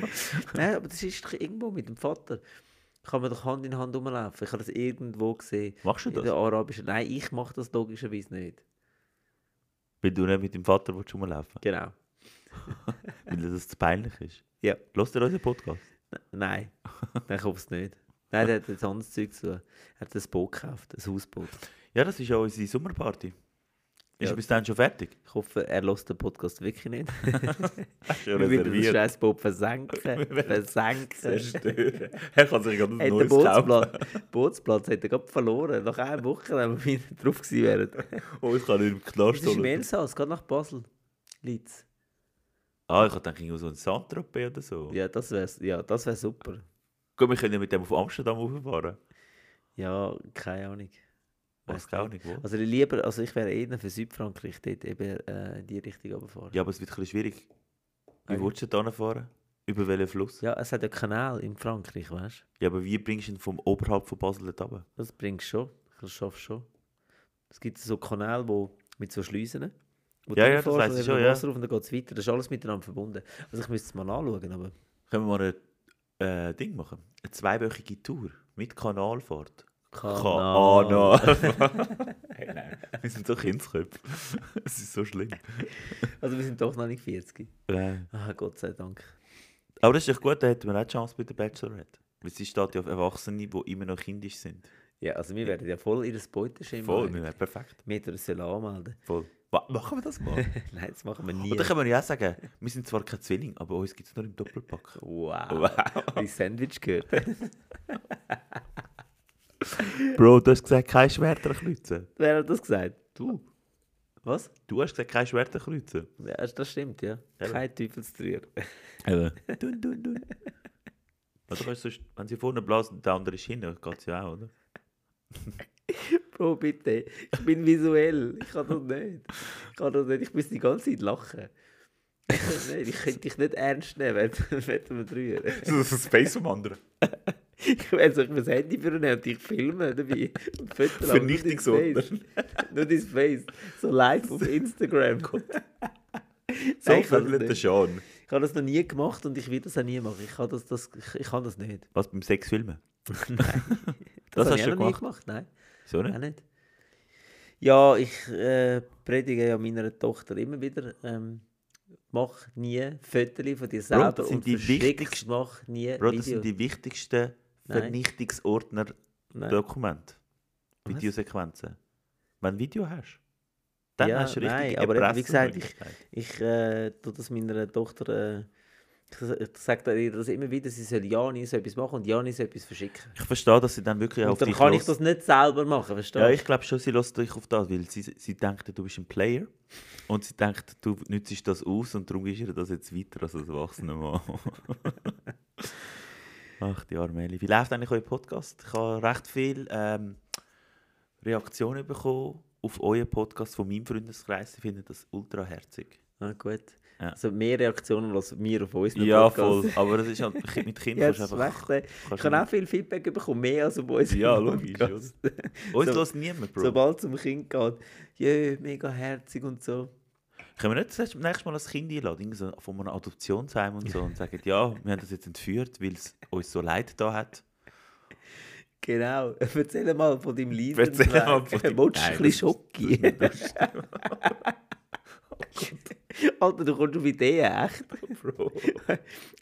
Speaker 1: Nein, aber das ist doch irgendwo mit dem Vater. Kann man doch Hand in Hand rumlaufen. Ich habe das irgendwo gesehen.
Speaker 2: Machst du
Speaker 1: In
Speaker 2: das?
Speaker 1: der arabischen. Nein, ich mache das logischerweise nicht.
Speaker 2: Weil du nicht mit deinem Vater willst rumlaufen
Speaker 1: Genau.
Speaker 2: willst, weil das zu peinlich ist.
Speaker 1: Ja.
Speaker 2: Lass dir unseren Podcast.
Speaker 1: Nein, dann kommt es nicht. Nein, der hat jetzt anderes Zeug zu. Er hat ein Boot gekauft, ein Hausboot.
Speaker 2: Ja, das ist ja unsere Sommerparty. Ist
Speaker 1: Ja.
Speaker 2: bis dann schon fertig?
Speaker 1: Ich hoffe, er lässt den Podcast wirklich nicht.
Speaker 2: Hast du
Speaker 1: Wir würden das scheiß Boot versenken. versenken.
Speaker 2: zerstören. Er kann sich gerade ein
Speaker 1: Hey, der
Speaker 2: neues kaufen.
Speaker 1: Bootsplatz, Bootsplatz hat er gerade verloren. Nach einer Woche, wenn wir wieder drauf gewesen wären.
Speaker 2: Oh, ich kann nicht im
Speaker 1: Das
Speaker 2: Knast
Speaker 1: ist im
Speaker 2: holen.
Speaker 1: Elsass, gerade nach Basel. Leeds.
Speaker 2: Ah, ich dachte, irgendwie so ein Sandtropez oder so.
Speaker 1: Ja, das wäre ja, das wär super.
Speaker 2: Gut, wir können ja mit dem auf Amsterdam rauffahren.
Speaker 1: Ja, keine Ahnung.
Speaker 2: Was
Speaker 1: Weiss
Speaker 2: gar nicht, wo?
Speaker 1: Also ich lieber, also ich wäre eher für Südfrankreich dort eben äh, in die Richtung runterfahren.
Speaker 2: Ja, aber es wird ein bisschen schwierig. Wie
Speaker 1: Okay.
Speaker 2: willst du da fahren? Über welchen Fluss? Ja.
Speaker 1: Ja, es hat ja Kanal in Frankreich, weißt du?
Speaker 2: aber wie bringst du ihn vom oberhalb von Basel dort runter?
Speaker 1: Das bringt schon. Das schaffst schon. Es gibt so Kanäle, wo mit so Schleusen, wo
Speaker 2: Ja,
Speaker 1: du
Speaker 2: ja,
Speaker 1: reinfährst
Speaker 2: das weiss
Speaker 1: und dann
Speaker 2: ich schon,
Speaker 1: kommt
Speaker 2: ja.
Speaker 1: Wasser auf und dann geht es weiter. Das ist alles miteinander verbunden. Also ich müsste es mal anschauen, aber
Speaker 2: Können wir mal ein äh, Ding machen? Eine zweiwöchige Tour mit Kanalfahrt.
Speaker 1: Kanal.
Speaker 2: hey, nein. Wir sind so Kindsköpfe. Es ist so schlimm.
Speaker 1: Also wir sind doch noch nicht 40.
Speaker 2: Nein.
Speaker 1: Ah, Gott sei Dank.
Speaker 2: Aber das ist doch gut, da hätten wir auch die Chance bei der Bachelorette. Weil sie steht ja auf Erwachsene, die immer noch kindisch sind.
Speaker 1: Ja, also wir werden ja voll in das Beuteschema.
Speaker 2: Voll, ne? wir wären perfekt.
Speaker 1: Wir hätten uns sollen anmelden
Speaker 2: Voll. Wa- Machen wir das mal?
Speaker 1: Nein, das machen wir nie.
Speaker 2: Und dann können wir ja auch sagen, wir sind zwar kein Zwilling, aber uns gibt es nur im Doppelpack.
Speaker 1: Wow.
Speaker 2: Wow.
Speaker 1: Wie Sandwich gehört.
Speaker 2: Bro, du hast gesagt, kein Schwerter kreuzen.
Speaker 1: Wer hat das gesagt? Du. Was?
Speaker 2: Du hast gesagt, kein Schwerter kreuzen.
Speaker 1: Ja, also das stimmt, ja.
Speaker 2: Eben.
Speaker 1: Kein Teufelsdreier.
Speaker 2: Eben. Dun, dun, dun. Also, kannst du sonst, wenn sie vorne blasen, der andere ist hinten, geht es ja auch, oder?
Speaker 1: Bro, bitte. Ich bin visuell. Ich kann das nicht. Ich kann das nicht. Ich muss die ganze Zeit lachen. Ich kann das nicht. Ich könnte dich nicht ernst nehmen, wenn du- wenn du mich rühren.
Speaker 2: Das ist ein Space vom anderen.
Speaker 1: Ich will so das Handy für nehmen und dich filmen dabei. Und Fotos aber nur dein
Speaker 2: Vernichtungsorder.
Speaker 1: Face. Nur dein Face. So live auf Instagram.
Speaker 2: So
Speaker 1: Nein, ich kann das
Speaker 2: vögelt der
Speaker 1: nicht.
Speaker 2: Sean.
Speaker 1: Ich habe das noch nie gemacht und ich will das auch nie machen. Ich kann das, das, ich, ich kann das nicht.
Speaker 2: Was, beim Sex filmen?
Speaker 1: Das,
Speaker 2: Das
Speaker 1: habe
Speaker 2: hast
Speaker 1: ich auch noch
Speaker 2: du
Speaker 1: nie
Speaker 2: gemacht?
Speaker 1: gemacht. Nein,
Speaker 2: So
Speaker 1: auch
Speaker 2: nicht?
Speaker 1: nicht. Ja, ich äh, predige ja meiner Tochter immer wieder, ähm, mach nie Fotos von dir selber
Speaker 2: das sind
Speaker 1: und
Speaker 2: die
Speaker 1: versteckst,
Speaker 2: wichtigsten-
Speaker 1: mach nie
Speaker 2: Bro,
Speaker 1: Videos.
Speaker 2: das sind die wichtigsten
Speaker 1: Nein. Nein.
Speaker 2: Vernichtungsordner-Dokumente.
Speaker 1: Was?
Speaker 2: Videosequenzen. Wenn du ein Video hast, dann
Speaker 1: Ja,
Speaker 2: hast du richtig
Speaker 1: nein, aber eben, wie gesagt, ich-
Speaker 2: Erpressungsmöglichkeit.
Speaker 1: Ich äh, tue das meiner Tochter, äh, ich, ich sage ihr das immer wieder, sie soll ja nie so etwas machen und ja nie so etwas verschicken.
Speaker 2: Ich verstehe, dass sie dann wirklich auf
Speaker 1: und dann
Speaker 2: dich
Speaker 1: kann ich
Speaker 2: los-
Speaker 1: das nicht selber machen, verstehst du?
Speaker 2: Ja, ich glaube schon, sie lässt dich auf das, weil sie, sie denkt, du bist ein Player und sie denkt, du nützt das aus und darum ist ihr das jetzt weiter als ein erwachsener Mann. Ach, die arme Eli. Wie läuft eigentlich euer Podcast? Ich habe recht viele ähm, Reaktionen bekommen auf euren Podcast von meinem Freundeskreis. Sie finden das ultra herzig.
Speaker 1: Ah, gut.
Speaker 2: Ja.
Speaker 1: Also mehr Reaktionen als wir auf uns
Speaker 2: Ja, voll. Aber es ist halt mit Kindern
Speaker 1: Ja,
Speaker 2: kannst
Speaker 1: das
Speaker 2: du
Speaker 1: ist
Speaker 2: einfach...
Speaker 1: recht, ey. Ich
Speaker 2: kannst du
Speaker 1: habe auch viel Feedback bekommen, mehr als auf uns.
Speaker 2: Ja, logisch,
Speaker 1: Podcast.
Speaker 2: Uns
Speaker 1: So-
Speaker 2: lässt niemand, Bro.
Speaker 1: Sobald es um Kind geht, jö, mega herzig und so.
Speaker 2: Können wir nicht das nächste Mal als Kind einladen, irgendwie so von einem Adoptionsheim und so, und sagen, ja, wir haben das jetzt entführt, weil es uns so leid da hat.
Speaker 1: Genau. Erzähl mal von deinem Lied.
Speaker 2: Erzähl mal von deinem-
Speaker 1: Willst du
Speaker 2: Nein,
Speaker 1: ein
Speaker 2: das ist-
Speaker 1: bisschen Schocki? Alter, du kommst auf Ideen, echt?
Speaker 2: Bro.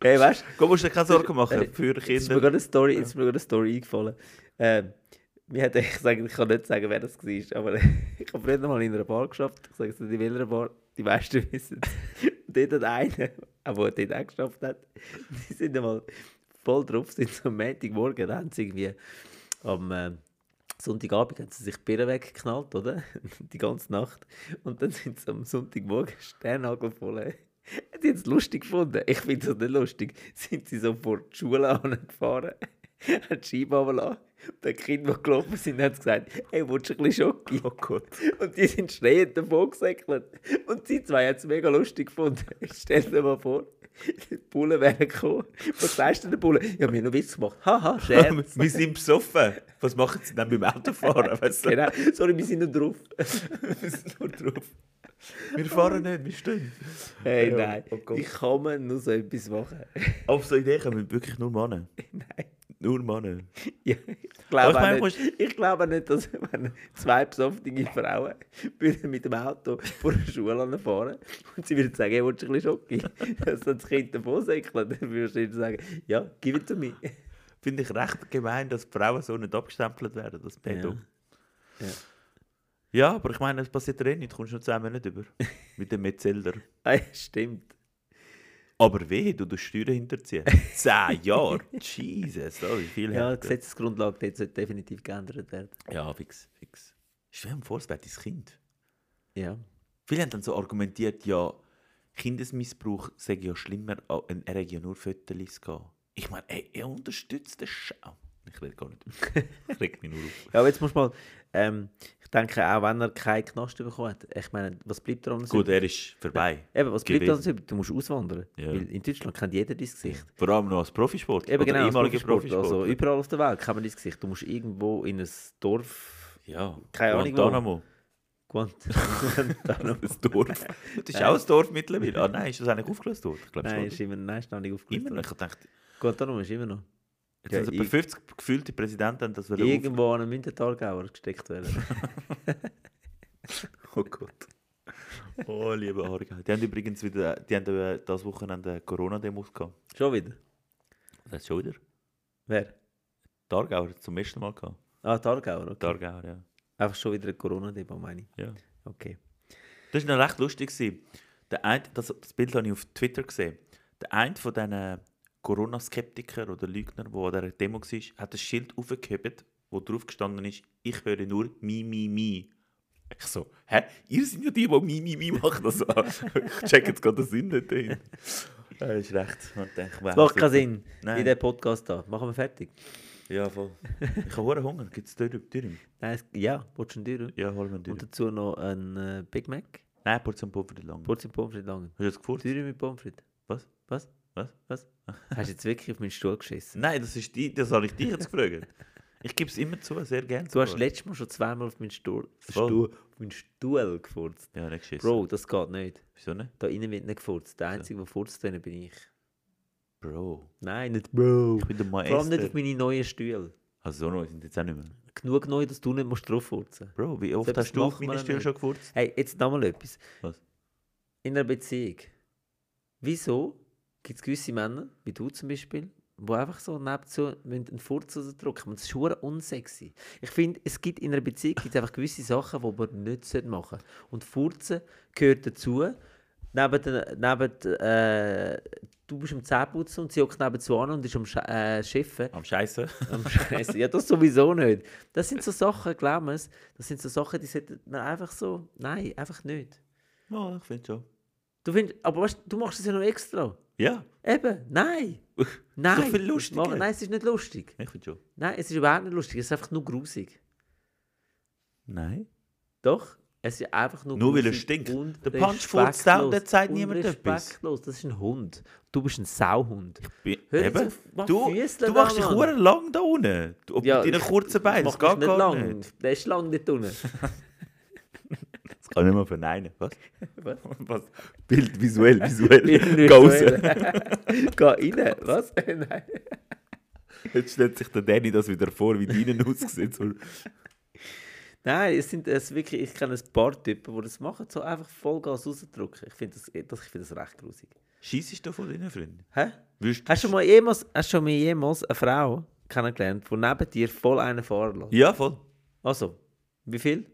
Speaker 1: Hey, weißt du,
Speaker 2: Komm, musst dir keine Sorgen
Speaker 1: Äh,
Speaker 2: machen, für
Speaker 1: jetzt ist mir
Speaker 2: Kinder.
Speaker 1: gerade eine Story, jetzt ist mir gerade eine Story eingefallen. Ähm, mir hat ich sagen, ich kann nicht sagen, wer das war, aber ich habe früher mal in einer Bar geschafft. Ich sage es nicht, in welcher Bar, die meisten wissen es. Und dort hat einer, der dort auch geschafft hat, die sind einmal voll drauf, sind so am Montagmorgen, dann haben sie irgendwie am... ähm, Sonntagabend haben sie sich die Birne weggeknallt, oder? Die ganze Nacht. Und dann sind sie am Sonntagmorgen sternhagelvoll. ey. Haben sie jetzt lustig gefunden? Ich finde das nicht lustig. Sind sie so vor die Schule angefahren, haben die Scheibe runtergelassen. Und die Kinder, die gelaufen sind, haben gesagt, hey, willst du ein bisschen Schoki?
Speaker 2: Oh Gott.
Speaker 1: Und die sind schreiend davon gesäckelt. Und sie zwei haben es mega lustig gefunden. Stell dir mal vor, die Bullen wären gekommen. Was sagst du den Bullen? Ja, wir haben noch Witz gemacht. Haha, Scherz.
Speaker 2: wir sind besoffen. Was machen sie dann beim Autofahren? Weißt du?
Speaker 1: genau. Sorry, wir sind noch drauf.
Speaker 2: Wir sind nur drauf.
Speaker 1: Genau.
Speaker 2: Wir fahren nicht, wir stehen.
Speaker 1: Hey,
Speaker 2: Ja,
Speaker 1: nein,
Speaker 2: oh Gott.
Speaker 1: wie kann man nur so etwas machen?
Speaker 2: Auf so Ideen kommen wirklich nur Männer.
Speaker 1: nein,
Speaker 2: Nur Männer.
Speaker 1: ja, ich
Speaker 2: ich
Speaker 1: glaube
Speaker 2: meine,
Speaker 1: auch
Speaker 2: musst-
Speaker 1: nicht, ich glaube auch nicht, dass wenn zwei besoffene Frauen würden mit dem Auto vor der Schule fahren und sie würden sagen, hey, willst du ein bisschen Schoki? Dass dann das Kind davon säckelt, dann würdest du ihnen sagen, ja, gib it to me.
Speaker 2: Finde ich recht gemein, dass Frauen so nicht abgestempelt werden, das Pedo.
Speaker 1: Ja.
Speaker 2: Ja. aber ich meine, es passiert dir eh nichts, kommst du nur zusammen nicht über. Mit dem Metzelder.
Speaker 1: Ah, ja, stimmt.
Speaker 2: Aber wehe, du tust Steuern hinterziehen. Zehn Jahre? Jesus, das ist viel
Speaker 1: Ja, die
Speaker 2: härter.
Speaker 1: Gesetzesgrundlage dort sollte definitiv geändert werden.
Speaker 2: Ja, fix, fix. Schwer vor, es wäre dein Kind.
Speaker 1: Ja.
Speaker 2: Viele haben dann so argumentiert, ja, Kindesmissbrauch sei ja schlimmer, als- er hätte ja nur Fötterlis gehabt. Ich meine, ey, er unterstützt den Schau. Ich rede gar nicht. Ich reg mich nur auf.
Speaker 1: Ja, aber jetzt muss man, ähm, ich denke, auch wenn er keinen Knast bekommen hat, ich meine, was bleibt daran?
Speaker 2: Gut, er ist vorbei.
Speaker 1: Eben, was bleibt
Speaker 2: gewesen.
Speaker 1: uns übrig? Du musst auswandern.
Speaker 2: Ja.
Speaker 1: Weil in Deutschland kennt jeder dein Gesicht.
Speaker 2: Vor allem noch als Profisport.
Speaker 1: Eben
Speaker 2: Oder
Speaker 1: genau, als
Speaker 2: ehemaliger
Speaker 1: Profisport. Also
Speaker 2: Profisportler.
Speaker 1: überall auf der Welt kennt man dein Gesicht. Du musst irgendwo in ein Dorf...
Speaker 2: ja,
Speaker 1: Keine Ahnung, wo.
Speaker 2: Guantanamo.
Speaker 1: Guant
Speaker 2: Guantanamo. das Dorf. Das ist auch ein Dorf mittlerweile. Ah nein, ist das eigentlich aufgelöst worden? Ich glaube schon.
Speaker 1: nein,
Speaker 2: oder?
Speaker 1: ist immer, nein, ist noch nicht aufgelöst.
Speaker 2: Immer noch. Ich dachte,
Speaker 1: Guantanamo ist immer noch.
Speaker 2: jetzt
Speaker 1: Ja,
Speaker 2: haben so etwa
Speaker 1: ich-
Speaker 2: 50 gefühlte Präsidenten haben das wollen
Speaker 1: Irgendwo an einem Müntertalgauer gesteckt werden.
Speaker 2: auf- Oh Gott. Oh, liebe Arge. Die haben übrigens wieder, die haben äh, das Wochenende Corona-Demos gehabt.
Speaker 1: Schon wieder?
Speaker 2: Das ist schon wieder.
Speaker 1: Wer?
Speaker 2: Die Aargauer zum ersten Mal gehabt.
Speaker 1: Ah, Talgauer,
Speaker 2: Die
Speaker 1: okay.
Speaker 2: Aargauer, ja.
Speaker 1: Einfach schon wieder eine Corona-Demo, meine ich.
Speaker 2: ja.
Speaker 1: Okay.
Speaker 2: Das war noch recht lustig. gewesen. Der eine, das, das Bild habe ich auf Twitter gesehen. Der eine von diesen Corona-Skeptikern oder Lügner, der an dieser Demo war, hat das Schild aufgehoben, wo drauf gestanden ist, ich höre nur Mi, Mi, Mi. Ich so, hä? Ihr seid ja die, die Mi, Mi, Mi machen. Also, ich check jetzt gerade den Sinn nicht hin. Ja, das ist recht. Ich denke,
Speaker 1: Das
Speaker 2: wow,
Speaker 1: macht
Speaker 2: Ah, super.
Speaker 1: keinen Sinn
Speaker 2: Nein.
Speaker 1: in diesem Podcast da. Machen wir fertig.
Speaker 2: Ja, voll. Ich habe verdammt Hunger. Gibt es Dürüm? Dürüm?
Speaker 1: Nein, es, ja, willst du einen Dürüm?
Speaker 2: Ja, hol mir einen
Speaker 1: Und
Speaker 2: Dürüm.
Speaker 1: dazu noch ein äh, Big Mac.
Speaker 2: Nein, Portion Puffer lang. Hast
Speaker 1: Portion Pommes frites lang.
Speaker 2: du das gefurzt?
Speaker 1: Dürüm mit Pommes frites.
Speaker 2: Was?
Speaker 1: Was?
Speaker 2: Was?
Speaker 1: Was? Hast du jetzt wirklich auf meinen Stuhl geschissen?
Speaker 2: Nein, das, ist die, das habe ich dich jetzt gefragt. Ich gebe es immer zu, sehr gerne.
Speaker 1: Du hast
Speaker 2: sogar.
Speaker 1: letztes Mal schon zweimal auf meinen Stuhl,
Speaker 2: Voll.
Speaker 1: Stuhl, auf meinen Stuhl gefurzt.
Speaker 2: Ja, nicht geschissen.
Speaker 1: Bro, das geht nicht.
Speaker 2: Wieso nicht?
Speaker 1: Da innen wird nicht gefurzt. Der Einzige, der furzt, drinnen bin ich.
Speaker 2: Bro.
Speaker 1: Nein, nicht Bro.
Speaker 2: Ich bin der
Speaker 1: Vor allem nicht
Speaker 2: Meister.
Speaker 1: auf meine neuen Stühle.
Speaker 2: Also so neu sind jetzt auch nicht mehr.
Speaker 1: Genug neu, dass du nicht musst drauffurzen musst.
Speaker 2: Bro, wie oft
Speaker 1: etwas
Speaker 2: hast du auf
Speaker 1: macht man
Speaker 2: meine
Speaker 1: ja
Speaker 2: Stühle
Speaker 1: nicht.
Speaker 2: schon gefurzt?
Speaker 1: Hey, jetzt nochmal etwas.
Speaker 2: Was?
Speaker 1: In einer Beziehung. Wieso gibt es gewisse Männer, wie du zum Beispiel, die einfach so nebenzu müssen einen Furz rausdrücken müssen? Das ist schon unsexy. Ich finde, es gibt in einer Beziehung gibt's einfach gewisse Sachen, die man nicht machen sollte. Und Furzen gehört dazu. Neben, den, neben äh, du bist am Zähneputzen und sie hockt nebenzu an und ist am Sch äh, Schiffen.
Speaker 2: Am Scheißen.
Speaker 1: Am Scheiße. Ja, das sowieso nicht. Das sind so Sachen, glaub mir's, das sind so Sachen, die sollte man einfach so. Nein, einfach nicht.
Speaker 2: Ja, ich finde schon.
Speaker 1: Du findest, aber weißt, du machst es ja noch extra.
Speaker 2: Ja,
Speaker 1: Eben, nein. Nein.
Speaker 2: viel
Speaker 1: das
Speaker 2: lustiger.
Speaker 1: machen- Nein, es ist nicht lustig.
Speaker 2: ich finde schon.
Speaker 1: Nein, es ist überhaupt nicht lustig. Es ist einfach nur grusig.
Speaker 2: Nein.
Speaker 1: Doch, es ist einfach nur
Speaker 2: Nur weil er
Speaker 1: grusig
Speaker 2: stinkt.
Speaker 1: und
Speaker 2: Der Punch furzt auch und dann sagt niemand etwas.
Speaker 1: respektlos. Das ist ein Hund. Du bist ein Sauhund.
Speaker 2: Bin,
Speaker 1: Hör jetzt
Speaker 2: eben.
Speaker 1: auf, mach
Speaker 2: du,
Speaker 1: Füßle
Speaker 2: du machst
Speaker 1: da,
Speaker 2: dich
Speaker 1: Mann.
Speaker 2: hure lang da unten. Du, ja, mit deinen
Speaker 1: ich-
Speaker 2: kurzen Beinen. Das
Speaker 1: mach
Speaker 2: geht
Speaker 1: mich
Speaker 2: gar
Speaker 1: nicht
Speaker 2: lang.
Speaker 1: lang.
Speaker 2: nicht.
Speaker 1: Der ist lang dort unten.
Speaker 2: Das kann ich nicht mal verneinen. Was?
Speaker 1: Was?
Speaker 2: Was? Bild, visuell, visuell.
Speaker 1: Nicht
Speaker 2: Geh raus.
Speaker 1: Geh rein. Was? Nein.
Speaker 2: Jetzt stellt sich der Danny das wieder vor, wie deinen aussieht. So,
Speaker 1: Nein, es sind es wirklich, ich kenne ein paar Typen, die das machen, so einfach Vollgas rausdrücken. Ich finde das, das, ich find das recht grusig.
Speaker 2: Scheissest du von deinen Freunden?
Speaker 1: Hä?
Speaker 2: Würdest
Speaker 1: Hast du mal jemals, hast du mal jemals eine Frau kennengelernt, die neben dir voll einen fahren lässt?
Speaker 2: Ja, voll.
Speaker 1: Also, wie viel?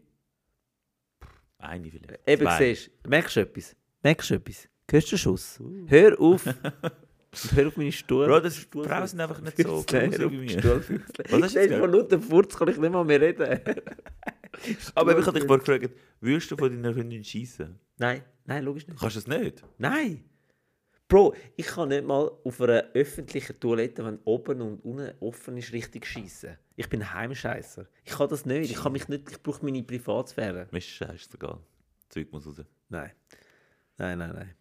Speaker 2: Eine vielleicht.
Speaker 1: Eben
Speaker 2: Zwei.
Speaker 1: siehst du, merkst du etwas? Merkst du etwas? Hörst du den Schuss? Hör auf! Und hör auf meine Stuhl.
Speaker 2: Uh. Bro, das Frauen sind einfach nicht so grusig wie mir. Was hast du jetzt
Speaker 1: Nein, von lauter Furz kann ich nicht mal mehr reden.
Speaker 2: Aber ich habe dich mal gefragt, würdest du von deiner Freundin schießen?
Speaker 1: Nein, nein, logisch nicht.
Speaker 2: Kannst du das nicht?
Speaker 1: Nein! Bro, ich kann nicht mal auf einer öffentlichen Toilette, wenn oben und unten offen ist, richtig schießen. Ich bin Heimscheißer. Ich kann das nicht. Ich kann mich nicht. Ich brauche meine Privatsphäre.
Speaker 2: Mir ist scheißegal. Zeug muss raus.
Speaker 1: Nein. Nein, nein, nein.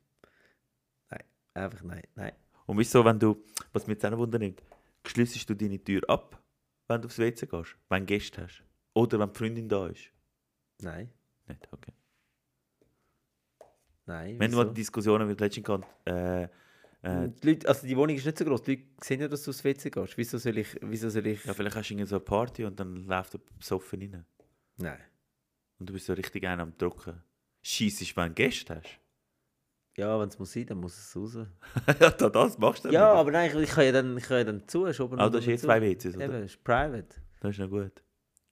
Speaker 1: Nein. Einfach nein. Nein.
Speaker 2: Und wieso, wenn du, was mich jetzt auch noch Wunder nimmt, schließest du deine Tür ab, wenn du aufs WC gehst, wenn du Gäste hast? Oder wenn die Freundin da ist?
Speaker 1: Nein.
Speaker 2: Nicht, okay.
Speaker 1: Nein.
Speaker 2: Wir haben mal
Speaker 1: wieso?
Speaker 2: die Diskussionen mit letzten Kant, äh, äh,
Speaker 1: die Leute, also die Wohnung ist nicht so groß. Die Leute sehen ja, dass du ins WC gehst. Wieso soll ich. Wieso soll ich.
Speaker 2: ja, vielleicht hast du irgendwie so eine Party und dann läuft der Soffen rein.
Speaker 1: Nein.
Speaker 2: Und du bist so richtig einer am Drucken. Schießest, wenn du Gäste hast?
Speaker 1: Ja, wenn es muss sein, dann muss es raus.
Speaker 2: ja, da- das machst du
Speaker 1: Ja,
Speaker 2: nicht.
Speaker 1: aber nein, ich, ich kann ja dann, ich kann ja dann zu. ist oben
Speaker 2: Ah,
Speaker 1: und
Speaker 2: das ist
Speaker 1: unten
Speaker 2: jetzt
Speaker 1: zu.
Speaker 2: zwei WCs, oder?
Speaker 1: Eben, ist private.
Speaker 2: Das ist noch gut.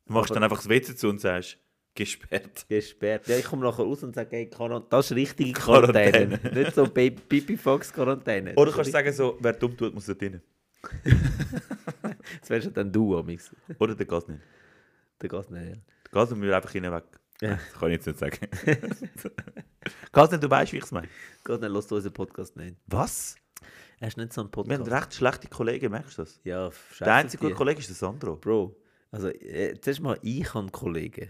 Speaker 2: Du machst
Speaker 1: Aber-
Speaker 2: dann einfach das WC zu und sagst, gesperrt.
Speaker 1: Gesperrt. Ja, ich komme nachher raus und sage, hey, Quarant das ist richtige
Speaker 2: Quarantäne.
Speaker 1: Quarantäne. Nicht so Pipi-Fox-Quarantäne.
Speaker 2: Oder du kannst sagen, so, wer dumm tut, muss da rein.
Speaker 1: Das wärst ja dann du, Amix.
Speaker 2: Oder der geht nicht.
Speaker 1: Der geht nicht. Ja.
Speaker 2: Der geht nicht, wir einfach rein weg.
Speaker 1: Ja.
Speaker 2: Das kann ich jetzt nicht sagen. geht nicht, du weißt, wie ich es meine.
Speaker 1: Geht nicht, lass unseren Podcast nicht.
Speaker 2: Was?
Speaker 1: Er ist nicht so ein
Speaker 2: Wir haben
Speaker 1: Podcast.
Speaker 2: recht schlechte Kollegen, merkst du das?
Speaker 1: Ja, scheiße.
Speaker 2: Der einzige gute Kollege ist der Sandro.
Speaker 1: Bro, also, äh, zuerst mal, ich habe Kollegen.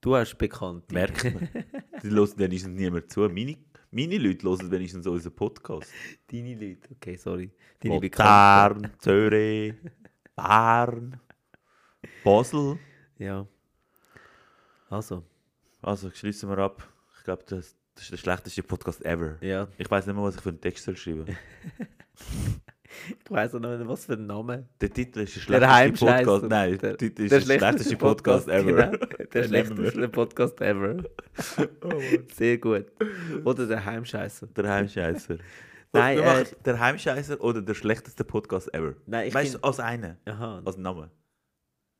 Speaker 1: Du hast Bekannte.
Speaker 2: Merkt man. Die hören wenigstens niemand zu. Meine, meine Leute hören wenigstens unseren Podcast.
Speaker 1: Deine Leute. Okay, sorry. Deine Bekannten.
Speaker 2: Bern, Zürich, Bern, Basel.
Speaker 1: Ja. Also,
Speaker 2: Also, schließen wir ab. Ich glaube, das, das ist der schlechteste Podcast ever.
Speaker 1: ja.
Speaker 2: Ich weiß nicht mehr, was ich für einen Text soll schreiben soll.
Speaker 1: Ich weiss auch noch nicht, was für ein Name.
Speaker 2: Der Titel ist der
Speaker 1: Der
Speaker 2: schlechteste
Speaker 1: Heimscheißer.
Speaker 2: Podcast. Nein, der Titel ist der, schlechteste Podcast, ever.
Speaker 1: genau. Der
Speaker 2: Den nehmen wir. Oh
Speaker 1: schlechteste Podcast ever. Sehr gut. Oder der Heimscheißer.
Speaker 2: Der Heimscheißer.
Speaker 1: Nein,
Speaker 2: wir
Speaker 1: äh,
Speaker 2: machen der Heimscheißer oder der schlechteste Podcast ever.
Speaker 1: Nein, ich
Speaker 2: weißt du,
Speaker 1: find-
Speaker 2: als einen,
Speaker 1: Aha.
Speaker 2: als Namen.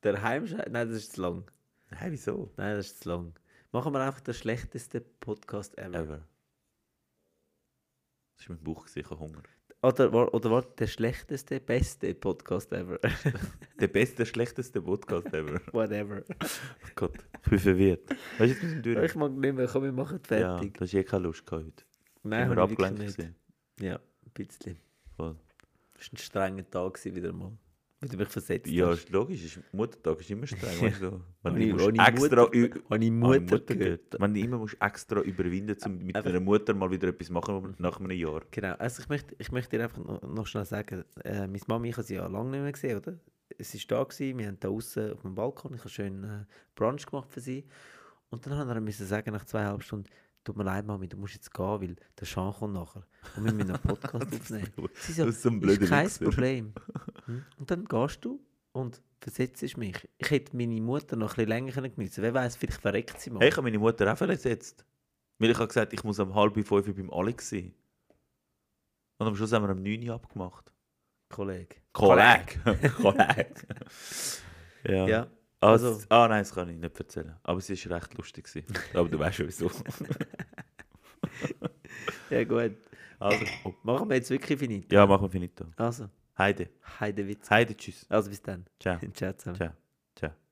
Speaker 1: Der Heimscheißer. Nein, das ist zu lang.
Speaker 2: Nein, wieso?
Speaker 1: Nein, das ist zu lang. Machen wir einfach den schlechtesten Podcast ever.
Speaker 2: Ever. Das ist mein Bauch, gewesen, ich habe Hunger.
Speaker 1: Oder, war- oder war der schlechteste, beste Podcast ever?
Speaker 2: Der beste, schlechteste Podcast ever. Oh
Speaker 1: Whatever.
Speaker 2: Gott, ich bin verwirrt. Weißt du, jetzt müssen wir durch.
Speaker 1: Ich mag nicht mehr, komm, wir machen
Speaker 2: Ja,
Speaker 1: fertig.
Speaker 2: da hast eh keine Lust gehabt heute.
Speaker 1: Nein,
Speaker 2: Immer
Speaker 1: haben wir wirklich
Speaker 2: abgelenkt
Speaker 1: nicht.
Speaker 2: gewesen.
Speaker 1: Ja, ein bisschen.
Speaker 2: Voll.
Speaker 1: Es war ein strenger Tag gewesen, wieder mal. Weil du mich versetzt
Speaker 2: Ja,
Speaker 1: hast.
Speaker 2: ist logisch. Ist, Muttertag ist immer streng. Weißt du? Wenn
Speaker 1: Habe
Speaker 2: du
Speaker 1: ich-
Speaker 2: musst
Speaker 1: habe ich
Speaker 2: extra
Speaker 1: Mutter-
Speaker 2: ü-
Speaker 1: Habe ich
Speaker 2: Ah,
Speaker 1: Mutter,
Speaker 2: Mutter
Speaker 1: gehört.
Speaker 2: gehört. Wenn du immer musst extra überwinden musst, um mit
Speaker 1: Einfach-
Speaker 2: deiner Mutter mal wieder etwas machen wo- nach einem Jahr.
Speaker 1: Genau, also ich möchte, ich möchte dir einfach noch, noch schnell sagen, äh, meine Mama, ich habe sie ja lange nicht mehr gesehen, oder? Es war da, gewesen, wir haben da außen auf dem Balkon, ich habe schön äh, Brunch gemacht für sie. Und dann haben wir müssen sagen, nach zweieinhalb Stunden, tut mir leid, Mami, du musst jetzt gehen, weil der Sean kommt nachher. Und wir müssen noch einen Podcast aufnehmen. Sie so,
Speaker 2: Das ist so ein blöder
Speaker 1: ist kein
Speaker 2: Wichser.»
Speaker 1: Problem. Hm? Und dann gehst du und versetzt mich. Ich hätte meine Mutter noch ein bisschen länger können geniessen können. Wer weiß, vielleicht verreckt sie mal.
Speaker 2: Hey, ich habe meine Mutter auch versetzt. Weil ich habe gesagt, ich muss um halb fünf beim Alex sein. Und am Schluss haben wir um neun Uhr abgemacht.
Speaker 1: Kollege.
Speaker 2: Kollege! Kollege! ja.
Speaker 1: Ja,
Speaker 2: Ah,
Speaker 1: also-
Speaker 2: s- ah, nein, das kann ich nicht erzählen. Aber es war recht lustig. gewesen. Aber du weißt schon wieso.
Speaker 1: ja gut.
Speaker 2: Also, oh.
Speaker 1: Machen wir jetzt wirklich finito.
Speaker 2: ja, machen wir finito.
Speaker 1: Also,
Speaker 2: Heide.
Speaker 1: Heidewitz.
Speaker 2: Heide, tschüss.
Speaker 1: Also bis dann.
Speaker 2: Ciao.
Speaker 1: Ciao zusammen.
Speaker 2: Ciao. Ciao.